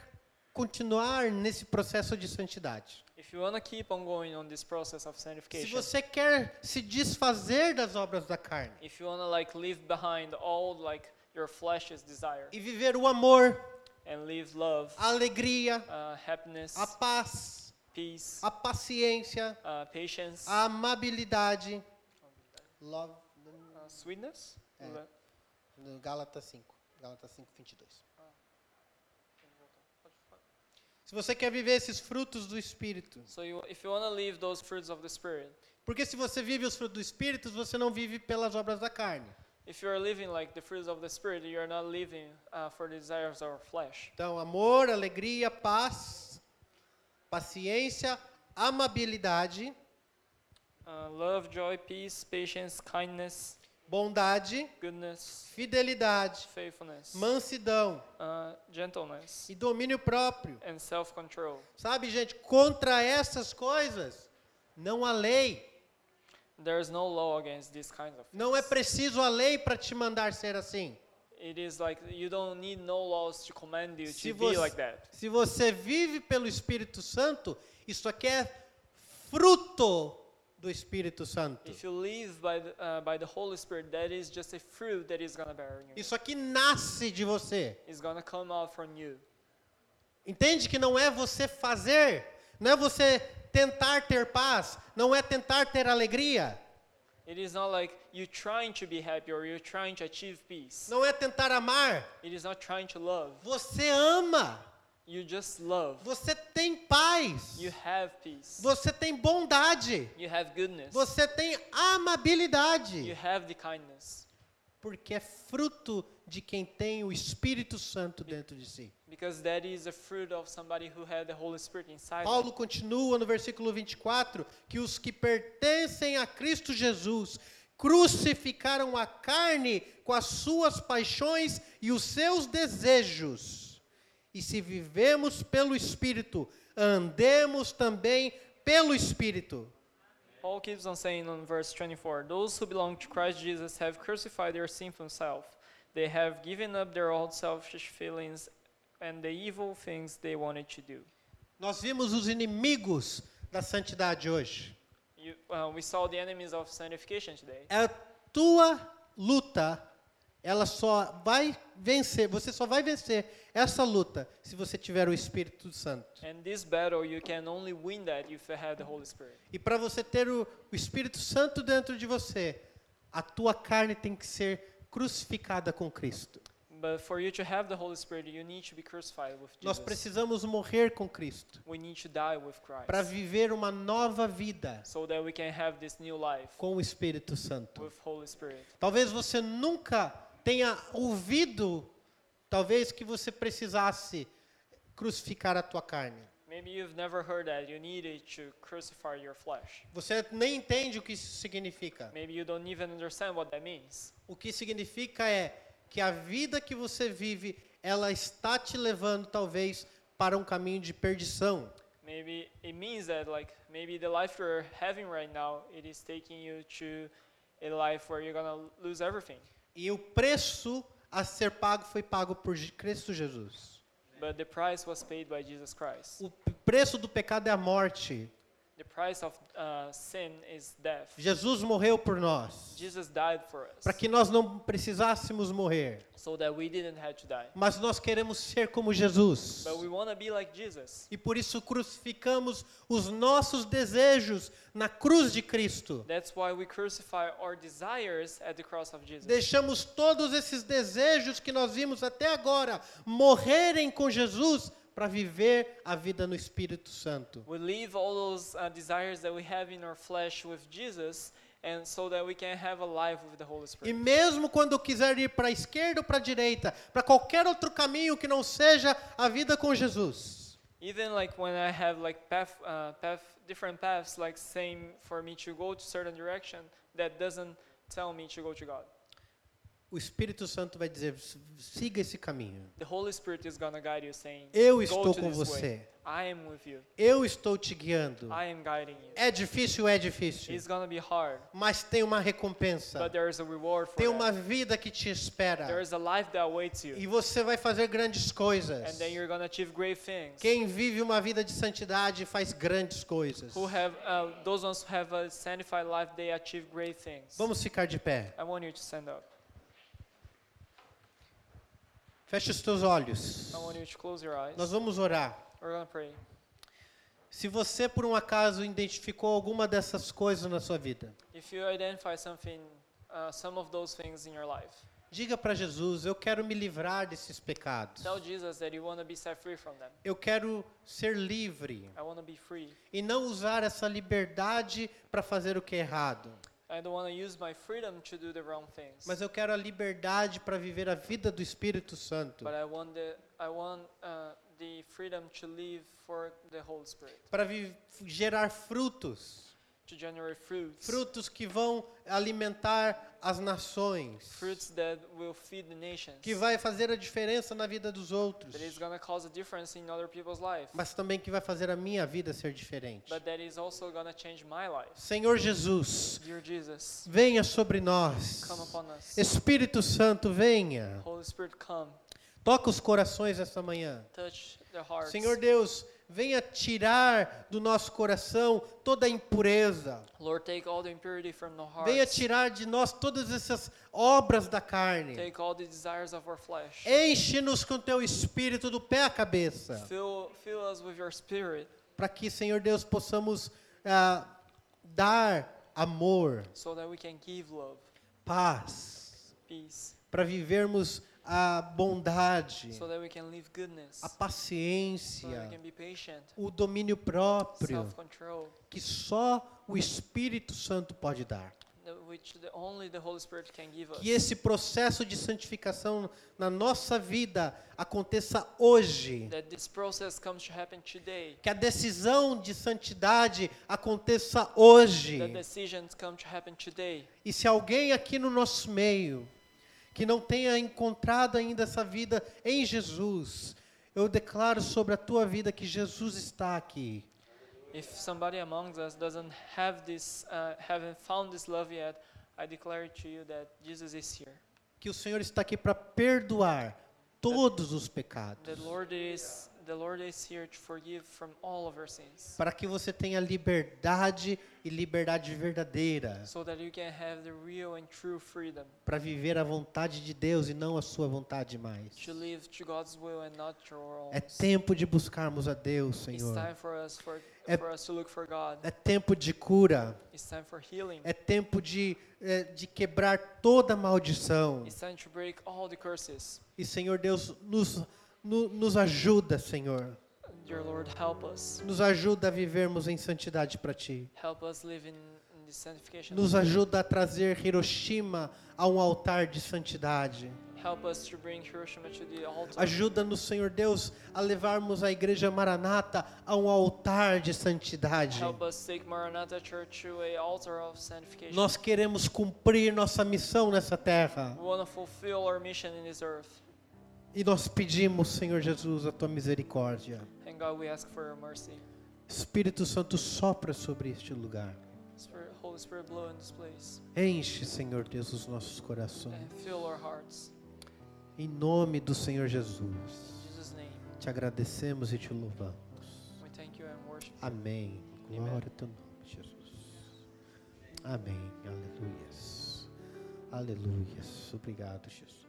[SPEAKER 1] continuar nesse processo de santidade,
[SPEAKER 2] If you want to keep on going on this process of
[SPEAKER 1] se
[SPEAKER 2] sanctification,
[SPEAKER 1] você quer se desfazer das obras da carne
[SPEAKER 2] if you want to like leave behind all like your flesh's desire
[SPEAKER 1] e viver o amor,
[SPEAKER 2] and leave love,
[SPEAKER 1] a alegria,
[SPEAKER 2] uh, happiness,
[SPEAKER 1] a paz,
[SPEAKER 2] peace,
[SPEAKER 1] a paciência,
[SPEAKER 2] uh, patience,
[SPEAKER 1] a amabilidade, love,
[SPEAKER 2] uh, sweetness,
[SPEAKER 1] É.
[SPEAKER 2] Le-
[SPEAKER 1] no Gálatas 5, Gálatas 5, 22. Se você quer viver esses frutos do Espírito,
[SPEAKER 2] So you, if you want to leave those fruits of the spirit,
[SPEAKER 1] porque se você vive os frutos do Espírito, você não vive pelas obras da carne.
[SPEAKER 2] if you are living like the fruits of the spirit, you are not living uh, for the desires of our flesh.
[SPEAKER 1] Então, amor, alegria, paz, paciência, amabilidade,
[SPEAKER 2] Uh, love, joy, peace, patience, kindness,
[SPEAKER 1] bondade,
[SPEAKER 2] goodness,
[SPEAKER 1] fidelidade,
[SPEAKER 2] faithfulness,
[SPEAKER 1] mansidão
[SPEAKER 2] uh, gentleness,
[SPEAKER 1] e domínio próprio.
[SPEAKER 2] and self-control.
[SPEAKER 1] Sabe, gente, contra essas coisas não há lei.
[SPEAKER 2] There is no law against this kind of
[SPEAKER 1] Não é
[SPEAKER 2] things.
[SPEAKER 1] preciso a lei para te mandar ser assim.
[SPEAKER 2] It is like you don't need no laws to command you
[SPEAKER 1] Se
[SPEAKER 2] to be like
[SPEAKER 1] você,
[SPEAKER 2] that.
[SPEAKER 1] se você vive pelo Espírito Santo, isso aqui é fruto do Espírito Santo.
[SPEAKER 2] If you live by the, uh, by the Holy Spirit, that is just a fruit that is gonna bear you.
[SPEAKER 1] Isso aqui nasce de você.
[SPEAKER 2] It's gonna come out from you.
[SPEAKER 1] Entende que não é você fazer, não é você tentar ter paz, não é tentar ter alegria,
[SPEAKER 2] It is not like you trying to be happy or you're trying to achieve peace.
[SPEAKER 1] não é tentar amar.
[SPEAKER 2] It is not trying to love.
[SPEAKER 1] Você ama,
[SPEAKER 2] You just love.
[SPEAKER 1] você tem paz,
[SPEAKER 2] You have peace.
[SPEAKER 1] você tem bondade,
[SPEAKER 2] You have goodness.
[SPEAKER 1] você tem
[SPEAKER 2] You
[SPEAKER 1] amabilidade,
[SPEAKER 2] have the kindness.
[SPEAKER 1] porque é fruto de quem tem o Espírito Santo dentro de si.
[SPEAKER 2] Because that is a fruit of somebody who had the Holy Spirit inside them.
[SPEAKER 1] Paulo continua no versículo 24 que os que pertencem a Cristo Jesus crucificaram a carne com as suas paixões e os seus desejos. E se vivemos pelo Espírito, andemos também pelo Espírito.
[SPEAKER 2] Paul keeps on saying on verse 24 Those who belong to Christ Jesus have crucified their sinful self. They have given up their old selfish feelings and the evil things they wanted to do.
[SPEAKER 1] Nós vimos os inimigos da santidade hoje.
[SPEAKER 2] You, uh, we saw the enemies of sanctification today.
[SPEAKER 1] a tua luta, ela só vai vencer, você só vai vencer essa luta se você tiver o Espírito Santo.
[SPEAKER 2] And this battle, you can only win that if you have the Holy Spirit.
[SPEAKER 1] E para você ter o, o Espírito Santo dentro de você, a tua carne tem que ser crucificada com Cristo.
[SPEAKER 2] But for you to have the Holy Spirit, you need to be crucified with
[SPEAKER 1] Nós
[SPEAKER 2] Jesus.
[SPEAKER 1] precisamos morrer com Cristo
[SPEAKER 2] We need to die with
[SPEAKER 1] para
[SPEAKER 2] Christ
[SPEAKER 1] viver uma nova vida
[SPEAKER 2] so that we can have this new life
[SPEAKER 1] com o Espírito Santo.
[SPEAKER 2] with Holy Spirit.
[SPEAKER 1] Talvez você nunca tenha ouvido, talvez que você precisasse crucificar a tua carne.
[SPEAKER 2] Maybe you've never heard that. You needed to crucify your flesh.
[SPEAKER 1] Você nem entende o que isso significa.
[SPEAKER 2] Maybe you don't even understand what that means.
[SPEAKER 1] O que significa é que a vida que você vive, ela está te levando talvez para um caminho de perdição.
[SPEAKER 2] Maybe it means that like maybe the life you're having right now, it is taking you to a life where you're gonna lose everything.
[SPEAKER 1] E o preço a ser pago foi pago por Je- Cristo Jesus.
[SPEAKER 2] But the price was paid by Jesus Christ.
[SPEAKER 1] O p- preço do pecado é a morte.
[SPEAKER 2] The price of uh, sin is death.
[SPEAKER 1] Jesus morreu por nós,
[SPEAKER 2] Jesus died for
[SPEAKER 1] para
[SPEAKER 2] us
[SPEAKER 1] que nós não precisássemos morrer.
[SPEAKER 2] so that we didn't have to die.
[SPEAKER 1] Mas nós queremos ser como Jesus.
[SPEAKER 2] But we want to be like Jesus.
[SPEAKER 1] E por isso crucificamos os nossos desejos na cruz de Cristo.
[SPEAKER 2] That's why we crucify our desires at the cross of Jesus.
[SPEAKER 1] Deixamos todos esses desejos que nós vimos até agora morrerem com Jesus para viver a vida no Espírito Santo.
[SPEAKER 2] We leave all those uh, desires that we have in our flesh with Jesus, and so that we can have a life with the Holy
[SPEAKER 1] E
[SPEAKER 2] Spirit.
[SPEAKER 1] mesmo quando eu quiser ir para a esquerda ou para a direita, para qualquer outro caminho que não seja a vida com Jesus,
[SPEAKER 2] Even like when I have like path, uh, path, different paths, like same for me to go to certain direction, that doesn't tell me to go to God.
[SPEAKER 1] o Espírito Santo vai dizer: siga esse caminho.
[SPEAKER 2] The Holy Spirit is gonna guide you, saying,
[SPEAKER 1] Eu
[SPEAKER 2] "Go
[SPEAKER 1] estou
[SPEAKER 2] to
[SPEAKER 1] com
[SPEAKER 2] this way.
[SPEAKER 1] você.
[SPEAKER 2] I am with you.
[SPEAKER 1] Eu estou te guiando.
[SPEAKER 2] I am guiding you."
[SPEAKER 1] É difícil, é difícil,
[SPEAKER 2] It's gonna be hard,
[SPEAKER 1] mas tem uma recompensa.
[SPEAKER 2] but there is a reward for
[SPEAKER 1] Tem
[SPEAKER 2] it.
[SPEAKER 1] uma vida que te
[SPEAKER 2] There
[SPEAKER 1] espera.
[SPEAKER 2] is a life that awaits you,
[SPEAKER 1] E você vai fazer grandes coisas.
[SPEAKER 2] and then you're gonna achieve great things.
[SPEAKER 1] Quem vive uma vida de santidade faz grandes coisas.
[SPEAKER 2] who have uh, those ones who have a sanctified life they achieve great things
[SPEAKER 1] Vamos ficar de pé.
[SPEAKER 2] i want you to stand up
[SPEAKER 1] Feche os teus olhos.
[SPEAKER 2] i want you to close your eyes
[SPEAKER 1] Nós vamos orar.
[SPEAKER 2] we're going to pray
[SPEAKER 1] Se você por um acaso identificou alguma dessas coisas na sua vida,
[SPEAKER 2] if you identify something uh, some of those things in your life
[SPEAKER 1] diga para Jesus: Eu quero me livrar desses pecados.
[SPEAKER 2] tell jesus that you want to be set free from them
[SPEAKER 1] Eu quero ser livre
[SPEAKER 2] i want to be free
[SPEAKER 1] e não usar essa liberdade para fazer o que é errado,
[SPEAKER 2] i don't want to use my freedom to do the wrong things
[SPEAKER 1] mas eu quero a liberdade para viver a vida do Espírito Santo,
[SPEAKER 2] but i want the i want uh, the freedom to live for the holy spirit
[SPEAKER 1] para vi- gerar frutos.
[SPEAKER 2] to generate fruits.
[SPEAKER 1] frutos que vão alimentar as nações,
[SPEAKER 2] Fruits that will feed the nations.
[SPEAKER 1] que vai fazer a diferença na vida dos outros,
[SPEAKER 2] That is going to cause a difference in other people's life.
[SPEAKER 1] mas também que vai fazer a minha vida ser diferente.
[SPEAKER 2] But that is also going to change my life.
[SPEAKER 1] Senhor Jesus,
[SPEAKER 2] Dear Jesus,
[SPEAKER 1] venha sobre nós.
[SPEAKER 2] come upon us.
[SPEAKER 1] Espírito Santo, venha.
[SPEAKER 2] Holy Spirit, come.
[SPEAKER 1] Toca os corações esta manhã.
[SPEAKER 2] Touch their hearts.
[SPEAKER 1] Senhor Deus, venha tirar do nosso coração toda a impureza.
[SPEAKER 2] Lord, take all the impurity from the
[SPEAKER 1] Venha
[SPEAKER 2] hearts.
[SPEAKER 1] tirar de nós todas essas obras da carne.
[SPEAKER 2] Take all the desires of our flesh.
[SPEAKER 1] Enche-nos com teu espírito do pé à cabeça,
[SPEAKER 2] Fill, fill us with your spirit
[SPEAKER 1] para que, Senhor Deus, possamos ah, dar amor,
[SPEAKER 2] so that we can give love,
[SPEAKER 1] paz,
[SPEAKER 2] peace,
[SPEAKER 1] para vivermos a bondade,
[SPEAKER 2] so that we can live goodness,
[SPEAKER 1] a
[SPEAKER 2] so that we
[SPEAKER 1] paciência,
[SPEAKER 2] can be patient,
[SPEAKER 1] o domínio próprio
[SPEAKER 2] self control,
[SPEAKER 1] que só o Espírito Santo pode dar.
[SPEAKER 2] which the, only the Holy Spirit can give us.
[SPEAKER 1] Que esse processo de santificação na nossa vida aconteça hoje.
[SPEAKER 2] That this process comes to happen today.
[SPEAKER 1] Que a decisão de santidade aconteça hoje.
[SPEAKER 2] That decisions come to happen today.
[SPEAKER 1] E se alguém aqui no nosso meio que não tenha encontrado ainda essa vida em Jesus, eu declaro sobre a tua vida que Jesus está aqui.
[SPEAKER 2] If somebody amongst us doesn't have this, uh, haven't found this love yet, I declare to you that Jesus is here.
[SPEAKER 1] Que o Senhor está aqui para perdoar todos os pecados.
[SPEAKER 2] The Lord is, the Lord is here to forgive from all of your sins,
[SPEAKER 1] Para que você tenha liberdade e liberdade verdadeira.
[SPEAKER 2] so that you can have the real and true freedom
[SPEAKER 1] para viver a vontade de Deus e não a sua vontade mais.
[SPEAKER 2] to live to God's will and not your own.
[SPEAKER 1] É tempo de buscarmos a Deus,
[SPEAKER 2] It's
[SPEAKER 1] Senhor.
[SPEAKER 2] time for us for,
[SPEAKER 1] É-
[SPEAKER 2] for us to look for God.
[SPEAKER 1] É tempo de cura.
[SPEAKER 2] It's time for healing.
[SPEAKER 1] É tempo de, eh, de quebrar toda maldição.
[SPEAKER 2] It's time to break all the curses.
[SPEAKER 1] E, Senhor Deus, nos, no- nos ajuda, Senhor.
[SPEAKER 2] Dear Lord, help us.
[SPEAKER 1] Nos ajuda a vivermos em santidade para Ti.
[SPEAKER 2] Help us live in, in this sanctification.
[SPEAKER 1] Nos ajuda a trazer Hiroshima a um altar de santidade.
[SPEAKER 2] Help us to bring Hiroshima to the altar.
[SPEAKER 1] Ajuda-nos, Senhor Deus, a levarmos a Igreja Maranata a um altar de santidade.
[SPEAKER 2] Help us take Maranatha Church to a altar of sanctification.
[SPEAKER 1] Nós queremos cumprir nossa missão nessa terra.
[SPEAKER 2] We want to fulfill our mission in this earth.
[SPEAKER 1] E nós pedimos, Senhor Jesus, a tua misericórdia.
[SPEAKER 2] And God, we ask for your mercy.
[SPEAKER 1] Espírito Santo, sopra sobre este lugar.
[SPEAKER 2] Spirit, Holy Spirit, blow in this place
[SPEAKER 1] Enche, Senhor Deus, os nossos
[SPEAKER 2] and
[SPEAKER 1] corações.
[SPEAKER 2] fill our hearts.
[SPEAKER 1] Em nome do Senhor
[SPEAKER 2] In
[SPEAKER 1] Jesus.
[SPEAKER 2] Jesus' name,
[SPEAKER 1] Te agradecemos e te louvamos.
[SPEAKER 2] we thank you and worship you.
[SPEAKER 1] Amém.
[SPEAKER 2] Amém.
[SPEAKER 1] Glória ao teu nome, Jesus. Amém. Aleluias. Aleluias. Obrigado, Jesus.